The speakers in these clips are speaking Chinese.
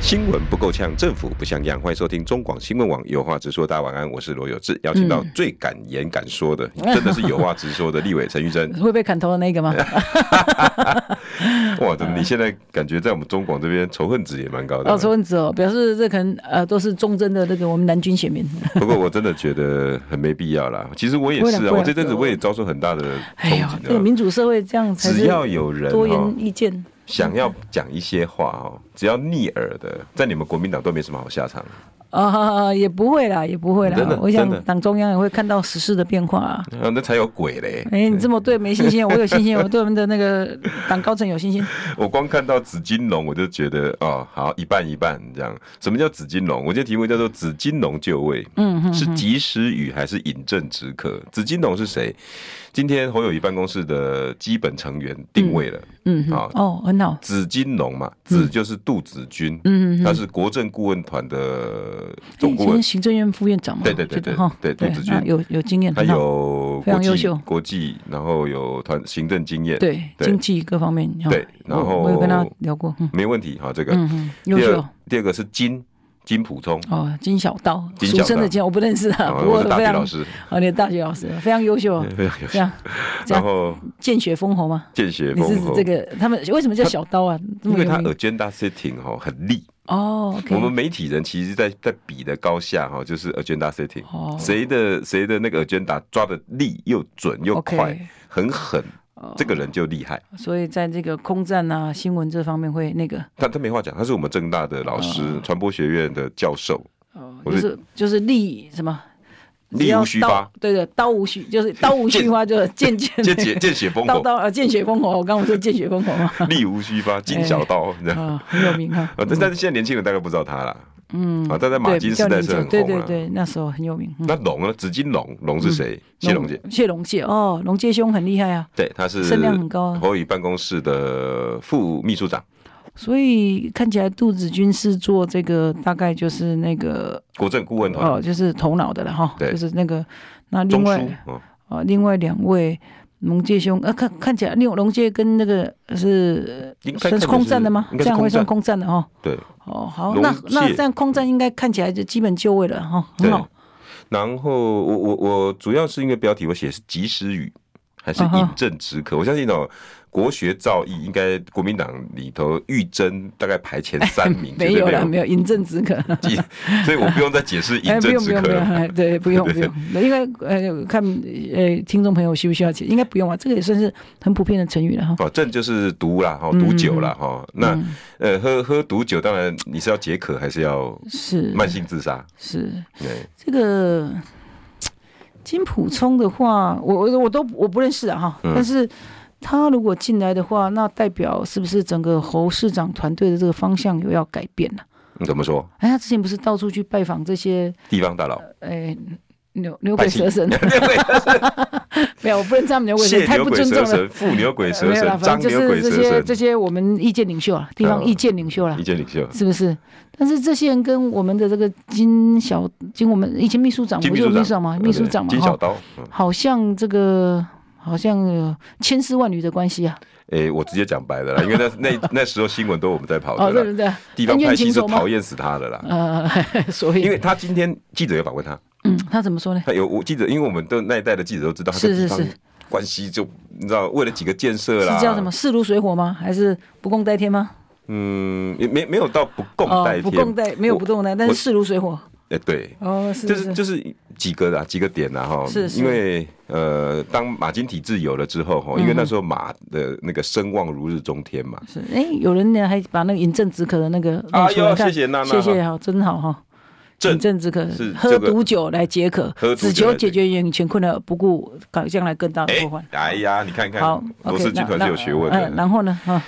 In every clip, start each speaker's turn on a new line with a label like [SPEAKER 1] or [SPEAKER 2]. [SPEAKER 1] 新闻不够呛，政府不像样。欢迎收听中广新闻网，有话直说。大家晚安，我是罗有志，邀请到最敢言敢说的，
[SPEAKER 2] 嗯
[SPEAKER 1] 真的是有话直说的立委陈玉 珍。
[SPEAKER 2] 会被砍头的那个 吗？
[SPEAKER 1] 哇，怎么你现在感觉在我们中广这边仇恨值也蛮高的？
[SPEAKER 2] 哦，仇恨值哦，表示这可能呃都是忠贞的那个我们南军选民。
[SPEAKER 1] 不过我真的觉得很没必要啦。其实我也是
[SPEAKER 2] 不会啦
[SPEAKER 1] 啊，
[SPEAKER 2] 不会
[SPEAKER 1] 我
[SPEAKER 2] 啦
[SPEAKER 1] 这阵子我也遭受很大的
[SPEAKER 2] 哎
[SPEAKER 1] 冲
[SPEAKER 2] 呦，这个
[SPEAKER 1] 击的。
[SPEAKER 2] 民主社会这样才
[SPEAKER 1] 啊只
[SPEAKER 2] 是
[SPEAKER 1] 要有人
[SPEAKER 2] 多
[SPEAKER 1] 哦
[SPEAKER 2] 元意见。
[SPEAKER 1] 想要讲一些话哦，只要逆耳的，在你们国民党都没什么好下场。
[SPEAKER 2] 啊，也不会啦，也不会
[SPEAKER 1] 真的
[SPEAKER 2] 啦。我
[SPEAKER 1] 真的
[SPEAKER 2] 想党中央也会看到时事的变化、啊。
[SPEAKER 1] 啊那才有鬼嘞！
[SPEAKER 2] 哎、你这么对没信心，我有 信心，我对我们的那个党高层有信心。
[SPEAKER 1] 我光看到紫金龙，我就觉得哦，好一半一半这样。什么叫紫金龙？我今天题目叫做“紫金龙就位”，嗯是及时雨还是饮鸩止渴？紫金龙是谁？今天侯友谊办公室的基本成员定位了，
[SPEAKER 2] 嗯哼
[SPEAKER 1] 好
[SPEAKER 2] 哦，很好。
[SPEAKER 1] 紫金龙嘛，紫就是杜子君，
[SPEAKER 2] 嗯
[SPEAKER 1] 他是国政顾问团的
[SPEAKER 2] 哎
[SPEAKER 1] 总
[SPEAKER 2] 以
[SPEAKER 1] 顾问
[SPEAKER 2] 前，行政院副院长嘛，
[SPEAKER 1] 对对对
[SPEAKER 2] 我觉得
[SPEAKER 1] 对
[SPEAKER 2] 哈
[SPEAKER 1] 对
[SPEAKER 2] 对
[SPEAKER 1] 杜子，君
[SPEAKER 2] 那有有经验，
[SPEAKER 1] 他
[SPEAKER 2] 很好
[SPEAKER 1] 有
[SPEAKER 2] 非
[SPEAKER 1] 国
[SPEAKER 2] 常优
[SPEAKER 1] 际
[SPEAKER 2] 秀
[SPEAKER 1] 国际，然后有团行政经验，
[SPEAKER 2] 对
[SPEAKER 1] 对
[SPEAKER 2] 经济各方面，哈
[SPEAKER 1] 对然后呃
[SPEAKER 2] 我我有跟他聊过，嗯
[SPEAKER 1] 没问题。好，这个
[SPEAKER 2] 嗯嗯，
[SPEAKER 1] 第
[SPEAKER 2] 优秀
[SPEAKER 1] 二第二个是金金普通。
[SPEAKER 2] 哦，金小刀，
[SPEAKER 1] 金
[SPEAKER 2] 俗
[SPEAKER 1] 小
[SPEAKER 2] 称
[SPEAKER 1] 刀
[SPEAKER 2] 的金，我不认识他，
[SPEAKER 1] 啊
[SPEAKER 2] 不
[SPEAKER 1] 我
[SPEAKER 2] 过
[SPEAKER 1] 是大
[SPEAKER 2] 非
[SPEAKER 1] 学
[SPEAKER 2] 常
[SPEAKER 1] 老师，
[SPEAKER 2] 哦，你的大学老师非常优秀，哦
[SPEAKER 1] 对非常有
[SPEAKER 2] 这
[SPEAKER 1] 趣。
[SPEAKER 2] 样这
[SPEAKER 1] 然
[SPEAKER 2] 样
[SPEAKER 1] 后
[SPEAKER 2] 见血封喉吗？
[SPEAKER 1] 见血
[SPEAKER 2] 你是
[SPEAKER 1] 封
[SPEAKER 2] 指
[SPEAKER 1] 喉，
[SPEAKER 2] 这个他们为什么叫小刀啊？这
[SPEAKER 1] 因
[SPEAKER 2] 么
[SPEAKER 1] 为
[SPEAKER 2] 有
[SPEAKER 1] 他
[SPEAKER 2] 名
[SPEAKER 1] agenda setting 哈很利。
[SPEAKER 2] 哦，OK，
[SPEAKER 1] 我们媒体人其实在，在比的高下哈，就是 agenda setting，
[SPEAKER 2] 哦
[SPEAKER 1] 谁的谁的那个 agenda 抓的利又准又快
[SPEAKER 2] OK 哦
[SPEAKER 1] 很狠，这个人就厉害。
[SPEAKER 2] 所以在这个空战啊、新闻这方面会那个，
[SPEAKER 1] 他他没话讲，他是我们正大的老师，
[SPEAKER 2] 嗯
[SPEAKER 1] 传播学院的教 授，
[SPEAKER 2] 哦，
[SPEAKER 1] 我
[SPEAKER 2] 就是是就是利什么，
[SPEAKER 1] 利
[SPEAKER 2] 只要
[SPEAKER 1] 无虚
[SPEAKER 2] 刀
[SPEAKER 1] 发，
[SPEAKER 2] 对的，刀无虚就是刀无虚发，就是见见
[SPEAKER 1] 见血见血封
[SPEAKER 2] 刀
[SPEAKER 1] 喉，
[SPEAKER 2] 刀呃见血封喉，我刚刚不是见血封喉 吗？
[SPEAKER 1] 利无虚 发，金小刀这样。
[SPEAKER 2] 啊，很有名啊，
[SPEAKER 1] 啊，但但是现在年轻人大概不知道他啦。
[SPEAKER 2] 嗯，
[SPEAKER 1] 啊，但在马
[SPEAKER 2] 对
[SPEAKER 1] 金
[SPEAKER 2] 比
[SPEAKER 1] 时
[SPEAKER 2] 较
[SPEAKER 1] 代
[SPEAKER 2] 年
[SPEAKER 1] 是
[SPEAKER 2] 轻
[SPEAKER 1] 很
[SPEAKER 2] 对
[SPEAKER 1] 红啊
[SPEAKER 2] 对
[SPEAKER 1] 了。
[SPEAKER 2] 对，那时候很有名。嗯
[SPEAKER 1] 那龙呢？紫金龙，龙是谁？谢龙姐，，
[SPEAKER 2] 谢龙介哦，龙介兄很厉害啊，
[SPEAKER 1] 对，他是哦
[SPEAKER 2] 声量很高啊
[SPEAKER 1] 侯友宜办公室的副秘书长，
[SPEAKER 2] 所以看起来杜子君是做这个，大概就是那个
[SPEAKER 1] 国政顾问团、
[SPEAKER 2] 哦，就是头脑的了哈，
[SPEAKER 1] 对
[SPEAKER 2] 就是那个那另
[SPEAKER 1] 中
[SPEAKER 2] 外
[SPEAKER 1] 枢，哦，
[SPEAKER 2] 啊，另外两位龙介兄，啊，看看起来六龙介跟那个是
[SPEAKER 1] 应该
[SPEAKER 2] 算是空战的吗？
[SPEAKER 1] 应该
[SPEAKER 2] 这
[SPEAKER 1] 是
[SPEAKER 2] 样会
[SPEAKER 1] 空
[SPEAKER 2] 算
[SPEAKER 1] 战，
[SPEAKER 2] 空战的哦。
[SPEAKER 1] 对。
[SPEAKER 2] 哦，好，
[SPEAKER 1] 龙
[SPEAKER 2] 那那
[SPEAKER 1] 介
[SPEAKER 2] 这样空战应该看起来就基本就位了哈，很
[SPEAKER 1] 对
[SPEAKER 2] 好。
[SPEAKER 1] 然后我我我主要是因为标题我写是及时雨，还是
[SPEAKER 2] 啊哈
[SPEAKER 1] 饮鸩止渴？我相信哦，国学造诣应该国民党里头玉珍大概排前三名，
[SPEAKER 2] 没
[SPEAKER 1] 绝
[SPEAKER 2] 有
[SPEAKER 1] 对
[SPEAKER 2] 了，没
[SPEAKER 1] 有。
[SPEAKER 2] 有饮鸩止渴。
[SPEAKER 1] 所以我不用再解释饮
[SPEAKER 2] 哎，不
[SPEAKER 1] 鸩
[SPEAKER 2] 用不
[SPEAKER 1] 止
[SPEAKER 2] 用
[SPEAKER 1] 渴
[SPEAKER 2] 不用，
[SPEAKER 1] 了。
[SPEAKER 2] 哎，对，不用不用，因为呃，看呃，听众朋友需不需要解，应该不用啊，这个也算是很普遍的成语了哈。
[SPEAKER 1] 哦，正就是毒啦，
[SPEAKER 2] 嗯
[SPEAKER 1] 哈，毒酒啦，哈、那呃，喝喝毒酒，当然你是要解渴，还是要
[SPEAKER 2] 是
[SPEAKER 1] 慢性自杀？哎
[SPEAKER 2] 是，
[SPEAKER 1] 对，
[SPEAKER 2] 这个金普聪的话，我我我都我不认识啊哈，
[SPEAKER 1] 嗯
[SPEAKER 2] 但是他如果进来的话，那代表是不是整个侯市长团队的这个方向有要改变呢、
[SPEAKER 1] 你怎么说？
[SPEAKER 2] 哎，他之前不是到处去拜访这些，
[SPEAKER 1] 地方大佬，
[SPEAKER 2] 哎。牛牛
[SPEAKER 1] 拜
[SPEAKER 2] 鬼
[SPEAKER 1] 祭
[SPEAKER 2] 蛇神，没 有，我不能叫他们牛鬼蛇
[SPEAKER 1] 谢
[SPEAKER 2] 神，太
[SPEAKER 1] 牛
[SPEAKER 2] 不
[SPEAKER 1] 鬼
[SPEAKER 2] 尊重
[SPEAKER 1] 蛇
[SPEAKER 2] 了。
[SPEAKER 1] 神、副牛鬼
[SPEAKER 2] 没
[SPEAKER 1] 蛇
[SPEAKER 2] 有啦，
[SPEAKER 1] 神、
[SPEAKER 2] 反
[SPEAKER 1] 张
[SPEAKER 2] 正就
[SPEAKER 1] 牛鬼
[SPEAKER 2] 是这
[SPEAKER 1] 蛇
[SPEAKER 2] 些
[SPEAKER 1] 神
[SPEAKER 2] 这，些我们意见领袖啊，地方
[SPEAKER 1] 嗯
[SPEAKER 2] 意见领袖啦
[SPEAKER 1] 意，见领袖。
[SPEAKER 2] 是不是？但是这些人跟我们的这个金小金，我们以前秘书长
[SPEAKER 1] 金
[SPEAKER 2] 不
[SPEAKER 1] 秘
[SPEAKER 2] 就有
[SPEAKER 1] 书
[SPEAKER 2] 秘
[SPEAKER 1] 长
[SPEAKER 2] 书长吗？秘书长嘛，
[SPEAKER 1] 金
[SPEAKER 2] 哈
[SPEAKER 1] 小，刀，嗯
[SPEAKER 2] 好像这个好像有千丝万缕的关系啊。
[SPEAKER 1] 诶，我直接讲白的啦，因为 那那那时候新闻都我们在跑
[SPEAKER 2] 哦，
[SPEAKER 1] 的
[SPEAKER 2] 对对
[SPEAKER 1] 啦，地
[SPEAKER 2] 对，
[SPEAKER 1] 方
[SPEAKER 2] 恩
[SPEAKER 1] 派
[SPEAKER 2] 怨
[SPEAKER 1] 系
[SPEAKER 2] 情
[SPEAKER 1] 是
[SPEAKER 2] 仇吗
[SPEAKER 1] 讨？厌死他的啦。
[SPEAKER 2] 呃， 所
[SPEAKER 1] 因
[SPEAKER 2] 以，
[SPEAKER 1] 为他今天记者有访问他，
[SPEAKER 2] 嗯，他怎么说呢？
[SPEAKER 1] 他有我记者，因为我们都那一代的记者都知道，他跟地
[SPEAKER 2] 是是
[SPEAKER 1] 方
[SPEAKER 2] 是
[SPEAKER 1] 关系就你知道，为了几个建设啦，
[SPEAKER 2] 是叫什么？势如水火吗？还是不共戴天吗？
[SPEAKER 1] 嗯，也没没有到不共
[SPEAKER 2] 哦
[SPEAKER 1] 戴，
[SPEAKER 2] 不
[SPEAKER 1] 天，
[SPEAKER 2] 共戴没有不共戴，但是势如水火。
[SPEAKER 1] 哎、对，
[SPEAKER 2] 哦，是
[SPEAKER 1] 就是是
[SPEAKER 2] 是，
[SPEAKER 1] 就是几个啦，几个点啦哈。
[SPEAKER 2] 是是
[SPEAKER 1] 因为呃，当马金体制有了之后
[SPEAKER 2] 嗯
[SPEAKER 1] 哈，因为那时候马的那个声望如日中天嘛。
[SPEAKER 2] 是哎，有人呢还把那个饮鸩止渴的那个
[SPEAKER 1] 哎
[SPEAKER 2] 弄
[SPEAKER 1] 呦
[SPEAKER 2] 出来看，
[SPEAKER 1] 谢谢娜娜
[SPEAKER 2] 谢谢好，真好哈。
[SPEAKER 1] 正
[SPEAKER 2] 饮鸩止渴
[SPEAKER 1] 是，这
[SPEAKER 2] 喝
[SPEAKER 1] 个
[SPEAKER 2] 毒酒来解渴
[SPEAKER 1] 喝毒酒，来
[SPEAKER 2] 只求
[SPEAKER 1] 解
[SPEAKER 2] 解决眼前困难，不顾搞将来更大的
[SPEAKER 1] 哎
[SPEAKER 2] 祸患。
[SPEAKER 1] 哎呀，你看看
[SPEAKER 2] 好，
[SPEAKER 1] 罗
[SPEAKER 2] OK，
[SPEAKER 1] 氏集
[SPEAKER 2] 那
[SPEAKER 1] 团是有
[SPEAKER 2] 那
[SPEAKER 1] 学问
[SPEAKER 2] 呃
[SPEAKER 1] 的。
[SPEAKER 2] 然后呢？啊，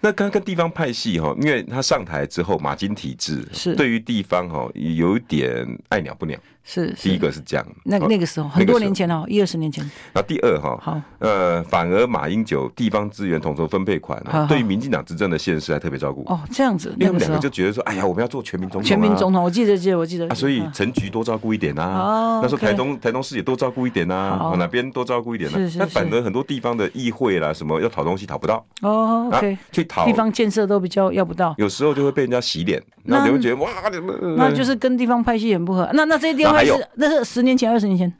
[SPEAKER 1] 那刚刚跟地方派系哈，因为他上台之后，马金体制
[SPEAKER 2] 是
[SPEAKER 1] 对于地方哈有一点爱鸟不鸟。
[SPEAKER 2] 是是
[SPEAKER 1] 第一个是这样，
[SPEAKER 2] 那
[SPEAKER 1] 好
[SPEAKER 2] 那个时候很多年，前哦，一二十年前，
[SPEAKER 1] 那第二哈，
[SPEAKER 2] 好
[SPEAKER 1] 呃，反而马英九地方资源统筹分配款
[SPEAKER 2] 好
[SPEAKER 1] 啊，
[SPEAKER 2] 好
[SPEAKER 1] 对于民进党执政的县市还特别照顾，
[SPEAKER 2] 哦，这样子，
[SPEAKER 1] 因为他
[SPEAKER 2] 那
[SPEAKER 1] 们
[SPEAKER 2] 个时
[SPEAKER 1] 两个
[SPEAKER 2] 候
[SPEAKER 1] 就觉得说，哎呀，我们要做全民总统啊，
[SPEAKER 2] 全民总统，我记得记得我记得
[SPEAKER 1] 啊，，所以
[SPEAKER 2] 嗯
[SPEAKER 1] 陈局多照顾一点啊
[SPEAKER 2] 哦。
[SPEAKER 1] 那时候
[SPEAKER 2] OK
[SPEAKER 1] 台东台东市也多照顾一点啊，
[SPEAKER 2] 好
[SPEAKER 1] 啊哪边多照顾一点啊
[SPEAKER 2] 是是。
[SPEAKER 1] 但反
[SPEAKER 2] 是
[SPEAKER 1] 而很多地方的议会啦，什么要讨东西讨不到
[SPEAKER 2] 哦
[SPEAKER 1] 啊
[SPEAKER 2] ，OK，，
[SPEAKER 1] 去讨
[SPEAKER 2] 地方建设都比较要不到，
[SPEAKER 1] 有时候就会被人家洗脸，
[SPEAKER 2] 那
[SPEAKER 1] 然后你会觉得哇，你们呃
[SPEAKER 2] 那就是跟地方派系很不合。那那这些地
[SPEAKER 1] 那
[SPEAKER 2] 方
[SPEAKER 1] 还
[SPEAKER 2] 派
[SPEAKER 1] 有
[SPEAKER 2] 是那是十年前、二十年前，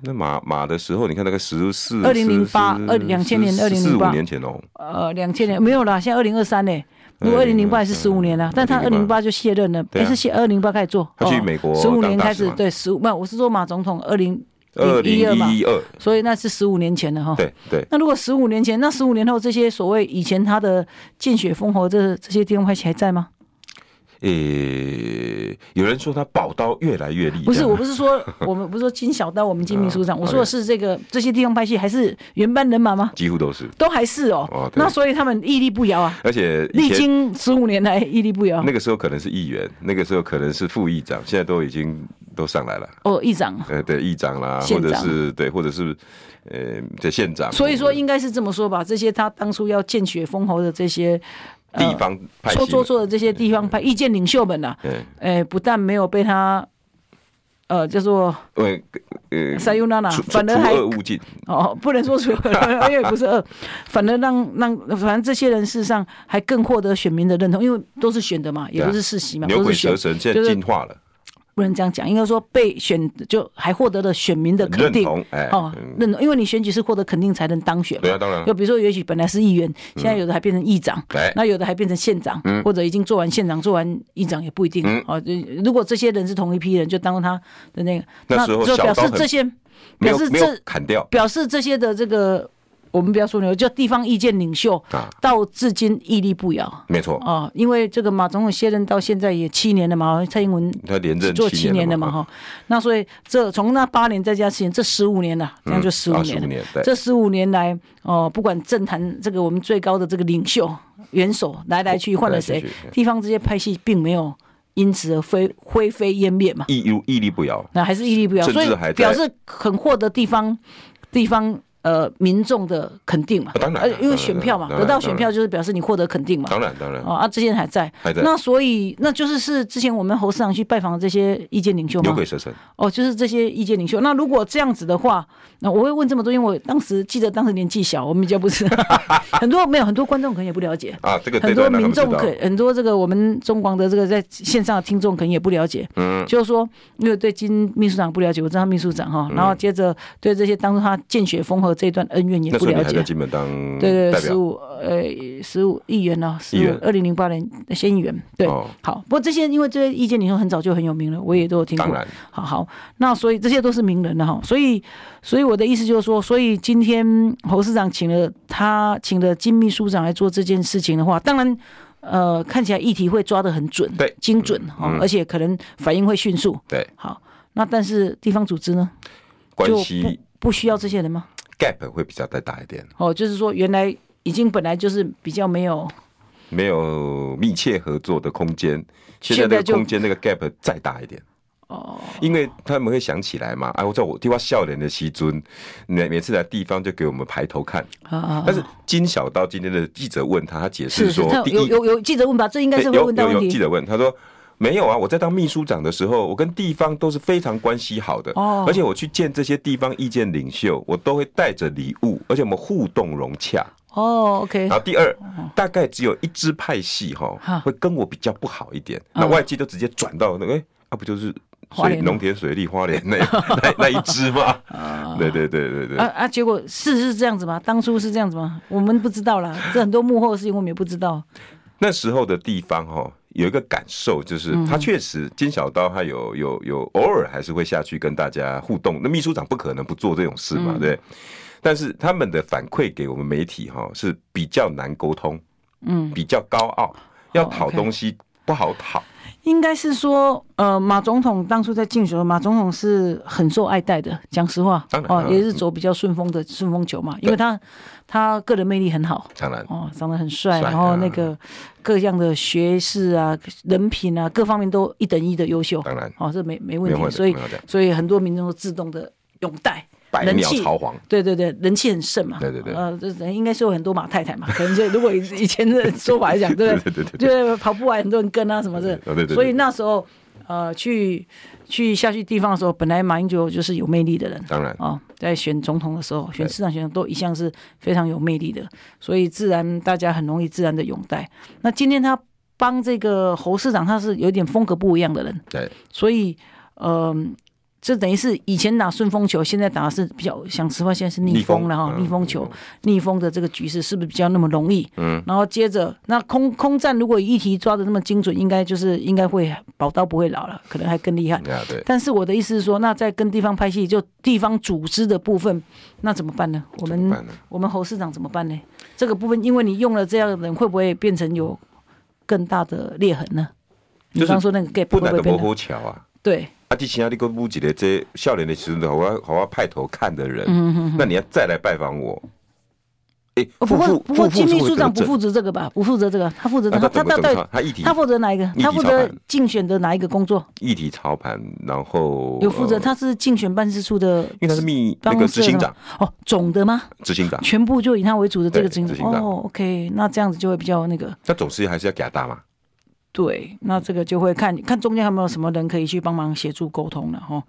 [SPEAKER 1] 那马马的时候，你看那个十四
[SPEAKER 2] 2008 2000年
[SPEAKER 1] 四五
[SPEAKER 2] 2008
[SPEAKER 1] 年前哦，
[SPEAKER 2] 呃，两千年没有啦，现在二零二三嘞。如果二零零八
[SPEAKER 1] 哎
[SPEAKER 2] 是十五年了，啊
[SPEAKER 1] 嗯
[SPEAKER 2] 但他二零零八就卸任了，
[SPEAKER 1] 对啊
[SPEAKER 2] 也是卸二零八开始做。哦
[SPEAKER 1] 他去美国
[SPEAKER 2] 十五
[SPEAKER 1] 当
[SPEAKER 2] 年
[SPEAKER 1] 大
[SPEAKER 2] 开
[SPEAKER 1] 使
[SPEAKER 2] 始
[SPEAKER 1] 嘛，
[SPEAKER 2] 对十五，不，我是说马总统二零
[SPEAKER 1] 二零
[SPEAKER 2] 二嘛，
[SPEAKER 1] 一一二，
[SPEAKER 2] 所以那是十五年前了哈。
[SPEAKER 1] 对对，
[SPEAKER 2] 那如果十五年前，那十五年后，这些所谓以前他的见血封喉这这些地方派系还在吗？
[SPEAKER 1] 诶，有人说他宝刀越来越利，
[SPEAKER 2] 不是，
[SPEAKER 1] 这样啊
[SPEAKER 2] 我不是说我们不是说金小刀，我们金秘 书长，我说的是这个这些地方派系还是原班人马吗？
[SPEAKER 1] 几乎都是，
[SPEAKER 2] 都还是
[SPEAKER 1] 哦
[SPEAKER 2] 哦，
[SPEAKER 1] 对
[SPEAKER 2] 那所以他们屹立不摇啊，
[SPEAKER 1] 而且以
[SPEAKER 2] 历
[SPEAKER 1] 前
[SPEAKER 2] 经十五年来屹立不摇
[SPEAKER 1] 那。个时候可能是议员，那个时候可能是副议长，现在都已经都上来了。
[SPEAKER 2] 哦，议长，
[SPEAKER 1] 呃，对，议长啦，或
[SPEAKER 2] 县
[SPEAKER 1] 者
[SPEAKER 2] 长
[SPEAKER 1] 是对，或者是呃，对县长。
[SPEAKER 2] 所以说
[SPEAKER 1] 或者
[SPEAKER 2] 应该是这么说吧，这些他当初要见血封喉的这些呃
[SPEAKER 1] 地方派系
[SPEAKER 2] 做
[SPEAKER 1] 们，
[SPEAKER 2] 做做的这些地方派意见领袖们呐、啊，
[SPEAKER 1] 嗯，
[SPEAKER 2] 哎，不但没有被他。呃，叫做
[SPEAKER 1] 对，呃，
[SPEAKER 2] 塞尤娜娜，
[SPEAKER 1] 除除
[SPEAKER 2] 反而还
[SPEAKER 1] 除恶务尽，
[SPEAKER 2] 哦，不能说除 恶，因为不是恶，反而让让反正这些人事实上还更获得选民的认同，因为都是选的嘛，也不是世袭嘛，
[SPEAKER 1] 啊牛
[SPEAKER 2] 都
[SPEAKER 1] 鬼
[SPEAKER 2] 是选
[SPEAKER 1] 蛇，神，现在
[SPEAKER 2] 就是
[SPEAKER 1] 进化了，
[SPEAKER 2] 不能这样讲，应该说被选就还获得了选民的肯
[SPEAKER 1] 认
[SPEAKER 2] 定
[SPEAKER 1] 同，哎，
[SPEAKER 2] 哦，认同，因为你选举是获得肯定才能当选嘛
[SPEAKER 1] 对，啊，当然
[SPEAKER 2] 就
[SPEAKER 1] 了，
[SPEAKER 2] 比如说，也许本来是
[SPEAKER 1] 嗯
[SPEAKER 2] 议员，现在有的还变成议长，
[SPEAKER 1] 哎，
[SPEAKER 2] 那有的还变成县长，或者已经做完县长、做完议长也不一定
[SPEAKER 1] 嗯
[SPEAKER 2] 啊。就如果这些人是同一批人，就当他的那个，
[SPEAKER 1] 那时候
[SPEAKER 2] 就表
[SPEAKER 1] 小刀
[SPEAKER 2] 示
[SPEAKER 1] 很
[SPEAKER 2] 这些，
[SPEAKER 1] 没
[SPEAKER 2] 表
[SPEAKER 1] 有
[SPEAKER 2] 示
[SPEAKER 1] 没有
[SPEAKER 2] 这
[SPEAKER 1] 砍掉
[SPEAKER 2] 表示这些的这个，我们不要说牛，叫地方意见领袖，
[SPEAKER 1] 啊，
[SPEAKER 2] 到至今屹立不摇
[SPEAKER 1] 没错，
[SPEAKER 2] 啊。因为这个马总统卸任到现在也七年了嘛，蔡英文
[SPEAKER 1] 他连任
[SPEAKER 2] 做七年了嘛
[SPEAKER 1] 哈，
[SPEAKER 2] 哈。那所以这从那八年再加七年，这十五年了，这样就十五
[SPEAKER 1] 二
[SPEAKER 2] 年
[SPEAKER 1] 嗯啊十
[SPEAKER 2] 了
[SPEAKER 1] 五。年，对，
[SPEAKER 2] 这十五年来，哦、不管政坛这个我们最高的这个领袖元首来来去换了
[SPEAKER 1] 哦来
[SPEAKER 2] 谁
[SPEAKER 1] 来去去，
[SPEAKER 2] 地方这些派系并没有因此而灰灰飞烟灭嘛，
[SPEAKER 1] 屹如屹立不摇，
[SPEAKER 2] 那还是屹立不摇，
[SPEAKER 1] 甚
[SPEAKER 2] 所
[SPEAKER 1] 至
[SPEAKER 2] 以
[SPEAKER 1] 还在
[SPEAKER 2] 表示很获得地方地方呃民众的肯定嘛
[SPEAKER 1] 啊，当然
[SPEAKER 2] 呃
[SPEAKER 1] 当然
[SPEAKER 2] 因为选票嘛，
[SPEAKER 1] 当然
[SPEAKER 2] 得到
[SPEAKER 1] 当然
[SPEAKER 2] 选票就是表示你获得肯定嘛。
[SPEAKER 1] 当然当然
[SPEAKER 2] 哦啊，这些人还在，
[SPEAKER 1] 还在
[SPEAKER 2] 那所以那就是是之前我们侯市长去拜访的这些意见领袖
[SPEAKER 1] 牛
[SPEAKER 2] 吗？
[SPEAKER 1] 鬼蛇神，
[SPEAKER 2] 哦，就是这些意见领袖。那如果这样子的话，那我会问这么多，因为我当时记得当时年纪小，我们比较不知 道，很多没有很多观众可能也不了解。
[SPEAKER 1] 啊，这个
[SPEAKER 2] 很
[SPEAKER 1] 对
[SPEAKER 2] 多
[SPEAKER 1] 的，那他
[SPEAKER 2] 民
[SPEAKER 1] 们知
[SPEAKER 2] 众
[SPEAKER 1] 道
[SPEAKER 2] 可，很多这个我们中广的这个在线上的听众可能也不了解，嗯，就是说因为对金秘书长不了解，我知道他秘书长
[SPEAKER 1] 嗯
[SPEAKER 2] 哈，然后接着对这些当初他见血封河这一段恩怨也
[SPEAKER 1] 那时
[SPEAKER 2] 不
[SPEAKER 1] 候你
[SPEAKER 2] 了
[SPEAKER 1] 还在
[SPEAKER 2] 解，
[SPEAKER 1] 金门当
[SPEAKER 2] 对对，
[SPEAKER 1] 嗯代
[SPEAKER 2] 十
[SPEAKER 1] 表，
[SPEAKER 2] 五呃十五议员呢、十
[SPEAKER 1] 议
[SPEAKER 2] 五
[SPEAKER 1] 员
[SPEAKER 2] 二零零八年先议员，对，
[SPEAKER 1] 哦
[SPEAKER 2] 好，不过这些因为这些意见领袖很早就很有名了，我也都有听过
[SPEAKER 1] 当，然
[SPEAKER 2] 好好，那所以这些都是名人了哈，所以所以我的意思就是说，所以今天侯市长请了他请了金秘书长来做这件事情的话，当然。呃，看起来议题会抓得很准，
[SPEAKER 1] 对嗯
[SPEAKER 2] 精准哈、而且可能反应会迅速。
[SPEAKER 1] 对，
[SPEAKER 2] 好，那但是地方组织呢，
[SPEAKER 1] 关
[SPEAKER 2] 就不
[SPEAKER 1] 系
[SPEAKER 2] 不需要这些人吗？
[SPEAKER 1] gap 会比较再大一点，
[SPEAKER 2] 哦，就是说原来已经本来就是比较没有，
[SPEAKER 1] 没有密切合作的空间，现在
[SPEAKER 2] 现
[SPEAKER 1] 那
[SPEAKER 2] 在
[SPEAKER 1] 个
[SPEAKER 2] 就
[SPEAKER 1] 空间那个 gap 再大一点。
[SPEAKER 2] 哦，
[SPEAKER 1] 因为他们会想起来嘛，哎，我在我地方笑脸的西尊，每每次来地方就给我们排头看。
[SPEAKER 2] 啊啊
[SPEAKER 1] 但是金小刀今天的记者问他，他解释
[SPEAKER 2] 是是，
[SPEAKER 1] 说，
[SPEAKER 2] 他
[SPEAKER 1] 第一
[SPEAKER 2] 有有有记者问吧，这应该
[SPEAKER 1] 对
[SPEAKER 2] 是会问到问
[SPEAKER 1] 有有记
[SPEAKER 2] 题。
[SPEAKER 1] 者问他说。没有啊！我在当秘书长的时候，我跟地方都是非常关系好的，
[SPEAKER 2] 哦
[SPEAKER 1] 而且我去见这些地方意见领袖，我都会带着礼物，而且我们互动融洽。
[SPEAKER 2] 哦，OK，
[SPEAKER 1] 然后第二，大概只有一支派系哈
[SPEAKER 2] 哦哈，
[SPEAKER 1] 会跟我比较不好一点，
[SPEAKER 2] 嗯
[SPEAKER 1] 那外界就直接转到那个，哎，啊不就是
[SPEAKER 2] 花
[SPEAKER 1] 水
[SPEAKER 2] 莲吗
[SPEAKER 1] 农田水利花莲那 那那一支吗？对对对对 对，
[SPEAKER 2] 啊啊！结果事是这样子吗？当初是这样子吗？我们不知道啦，这很多幕后的事情我们也不知道。
[SPEAKER 1] 那时候的地方哈。有一个感受，就是
[SPEAKER 2] 嗯
[SPEAKER 1] 他确实金小刀，他有有有偶尔还是会下去跟大家互动。那秘书长不可能不做这种事
[SPEAKER 2] 嗯
[SPEAKER 1] 嘛，对。但是他们的反馈给我们媒体哈是比较难沟通，
[SPEAKER 2] 嗯，
[SPEAKER 1] 比较高傲，要讨
[SPEAKER 2] OK
[SPEAKER 1] 东西不好讨。
[SPEAKER 2] 应该是说，呃，马总统当初在竞选，马总统是很受爱戴的。讲实话
[SPEAKER 1] 当，然
[SPEAKER 2] 哦，
[SPEAKER 1] 嗯
[SPEAKER 2] 也是走比较顺风的顺风球嘛，因为他他个人魅力很好，
[SPEAKER 1] 当然，
[SPEAKER 2] 哦，长得很帅，
[SPEAKER 1] 帅
[SPEAKER 2] 然后那
[SPEAKER 1] 嗯
[SPEAKER 2] 个各样的学识啊、人品啊，各方面都一等一的优秀，
[SPEAKER 1] 当然
[SPEAKER 2] 哦，这没没
[SPEAKER 1] 没
[SPEAKER 2] 问
[SPEAKER 1] 有
[SPEAKER 2] 题。
[SPEAKER 1] 问题，
[SPEAKER 2] 所以
[SPEAKER 1] 没有问题
[SPEAKER 2] 所以很多民众都自动的拥戴，
[SPEAKER 1] 百
[SPEAKER 2] 人
[SPEAKER 1] 鸟
[SPEAKER 2] 气
[SPEAKER 1] 朝皇，
[SPEAKER 2] 对对对，人气很盛嘛。
[SPEAKER 1] 对对对
[SPEAKER 2] 呃，这应该是有很多马太太嘛，可能就如果以以前的说法来讲，对不对？
[SPEAKER 1] 对对对
[SPEAKER 2] 就是跑步啊，很多人跟啊什么的。
[SPEAKER 1] 对对对对
[SPEAKER 2] 所以那时候，呃，去去下去地方的时候，本来马英九就是有魅力的人
[SPEAKER 1] 当然
[SPEAKER 2] 啊、哦，在选总统的时候，选市长、选总统都一向是非常有魅力的，所以自然大家很容易自然的拥戴。那今天他帮这个侯市长，他是有点风格不一样的人，
[SPEAKER 1] 对，
[SPEAKER 2] 所以，嗯、这等于是以前打顺风球，现在打的是比较想实话，现在是逆风了哈，
[SPEAKER 1] 逆风嗯
[SPEAKER 2] 逆风球，逆风的这个局势是不是比较那么容易？嗯，然后接着那空空战，如果一题抓的那么精准，应该就是应该会宝刀不会老了，可能还更厉害。
[SPEAKER 1] 啊对，
[SPEAKER 2] 但是我的意思是说，那在跟地方拍戏，就地方组织的部分，那怎么办呢？我
[SPEAKER 1] 怎么
[SPEAKER 2] 们
[SPEAKER 1] 办呢
[SPEAKER 2] 我们侯市长怎么办呢？这个部分，因为你用了这样的人，会不会变成有更大的裂痕呢？你
[SPEAKER 1] 就是
[SPEAKER 2] 刚说那个 gap
[SPEAKER 1] 不
[SPEAKER 2] 会不
[SPEAKER 1] 然
[SPEAKER 2] 会
[SPEAKER 1] 都
[SPEAKER 2] 变
[SPEAKER 1] 无
[SPEAKER 2] 得？
[SPEAKER 1] 好巧啊。
[SPEAKER 2] 对，
[SPEAKER 1] 啊，之前啊，你给我舞一个这少年的时候，好我好我派头看的
[SPEAKER 2] 嗯
[SPEAKER 1] 人，那你要再来拜访我，哎、
[SPEAKER 2] 哦不
[SPEAKER 1] 副
[SPEAKER 2] 过
[SPEAKER 1] 副
[SPEAKER 2] 不过，
[SPEAKER 1] 副
[SPEAKER 2] 金
[SPEAKER 1] 副
[SPEAKER 2] 秘
[SPEAKER 1] 是会
[SPEAKER 2] 书
[SPEAKER 1] 得
[SPEAKER 2] 长不
[SPEAKER 1] 正
[SPEAKER 2] 负责这个吧？不负责这个，他负责
[SPEAKER 1] 啊他
[SPEAKER 2] 他他
[SPEAKER 1] 怎么
[SPEAKER 2] 到
[SPEAKER 1] 怎么
[SPEAKER 2] 底
[SPEAKER 1] 操他议题
[SPEAKER 2] 他负责哪一个？
[SPEAKER 1] 议题
[SPEAKER 2] 他负
[SPEAKER 1] 操
[SPEAKER 2] 责
[SPEAKER 1] 盘
[SPEAKER 2] 竞选的哪一个工作？
[SPEAKER 1] 议题操盘，然后
[SPEAKER 2] 有负责，
[SPEAKER 1] 呃
[SPEAKER 2] 他是竞选办事处的
[SPEAKER 1] 因为他是秘那
[SPEAKER 2] 办
[SPEAKER 1] 个
[SPEAKER 2] 公
[SPEAKER 1] 执
[SPEAKER 2] 室
[SPEAKER 1] 行
[SPEAKER 2] 的吗
[SPEAKER 1] 长，
[SPEAKER 2] 哦，总的吗？
[SPEAKER 1] 执行长，
[SPEAKER 2] 全部就以他为主的这个
[SPEAKER 1] 对执行长
[SPEAKER 2] 哦，OK，那这样子就会比较那个。
[SPEAKER 1] 那总是还是要给他大嘛，
[SPEAKER 2] 对，那这个就会看看中间有没有什么人可以去帮忙协助沟通了哈，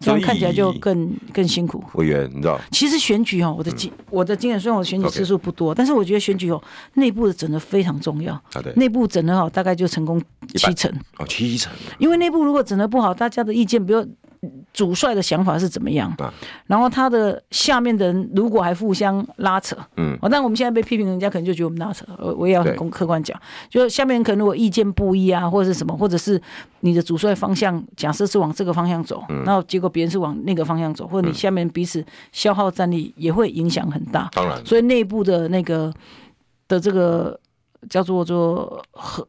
[SPEAKER 2] 这
[SPEAKER 1] 所
[SPEAKER 2] 样
[SPEAKER 1] 以
[SPEAKER 2] 看起来就更更辛苦。
[SPEAKER 1] 委员，你知道，
[SPEAKER 2] 其实选举哦，我的经、我的经验，虽然我选
[SPEAKER 1] 嗯
[SPEAKER 2] 举
[SPEAKER 1] OK
[SPEAKER 2] 次数不多但是我觉得选举哦，内部的整合非常重要。
[SPEAKER 1] 啊对，
[SPEAKER 2] 内部整合好，哦大概就成功
[SPEAKER 1] 一半
[SPEAKER 2] 七成。
[SPEAKER 1] 哦七成
[SPEAKER 2] 因为内部如果整得不好，大家的意见，比如主帅的想法是怎么样，
[SPEAKER 1] 啊
[SPEAKER 2] 然后他的下面的人如果还互相拉扯，
[SPEAKER 1] 嗯
[SPEAKER 2] 哦，但我们现在被批评，人家可能就觉得我们拉扯，呃我我也要很
[SPEAKER 1] 对
[SPEAKER 2] 公客观讲，就下面人可能如果意见不一啊，或者是什么，或者是你的主帅方向假设是往这个方向走，
[SPEAKER 1] 嗯
[SPEAKER 2] 然后结果别人是往那个方向走，或者你下面彼此消耗战力也会影响很大，
[SPEAKER 1] 当然
[SPEAKER 2] 所以内部的那个的这个叫做做和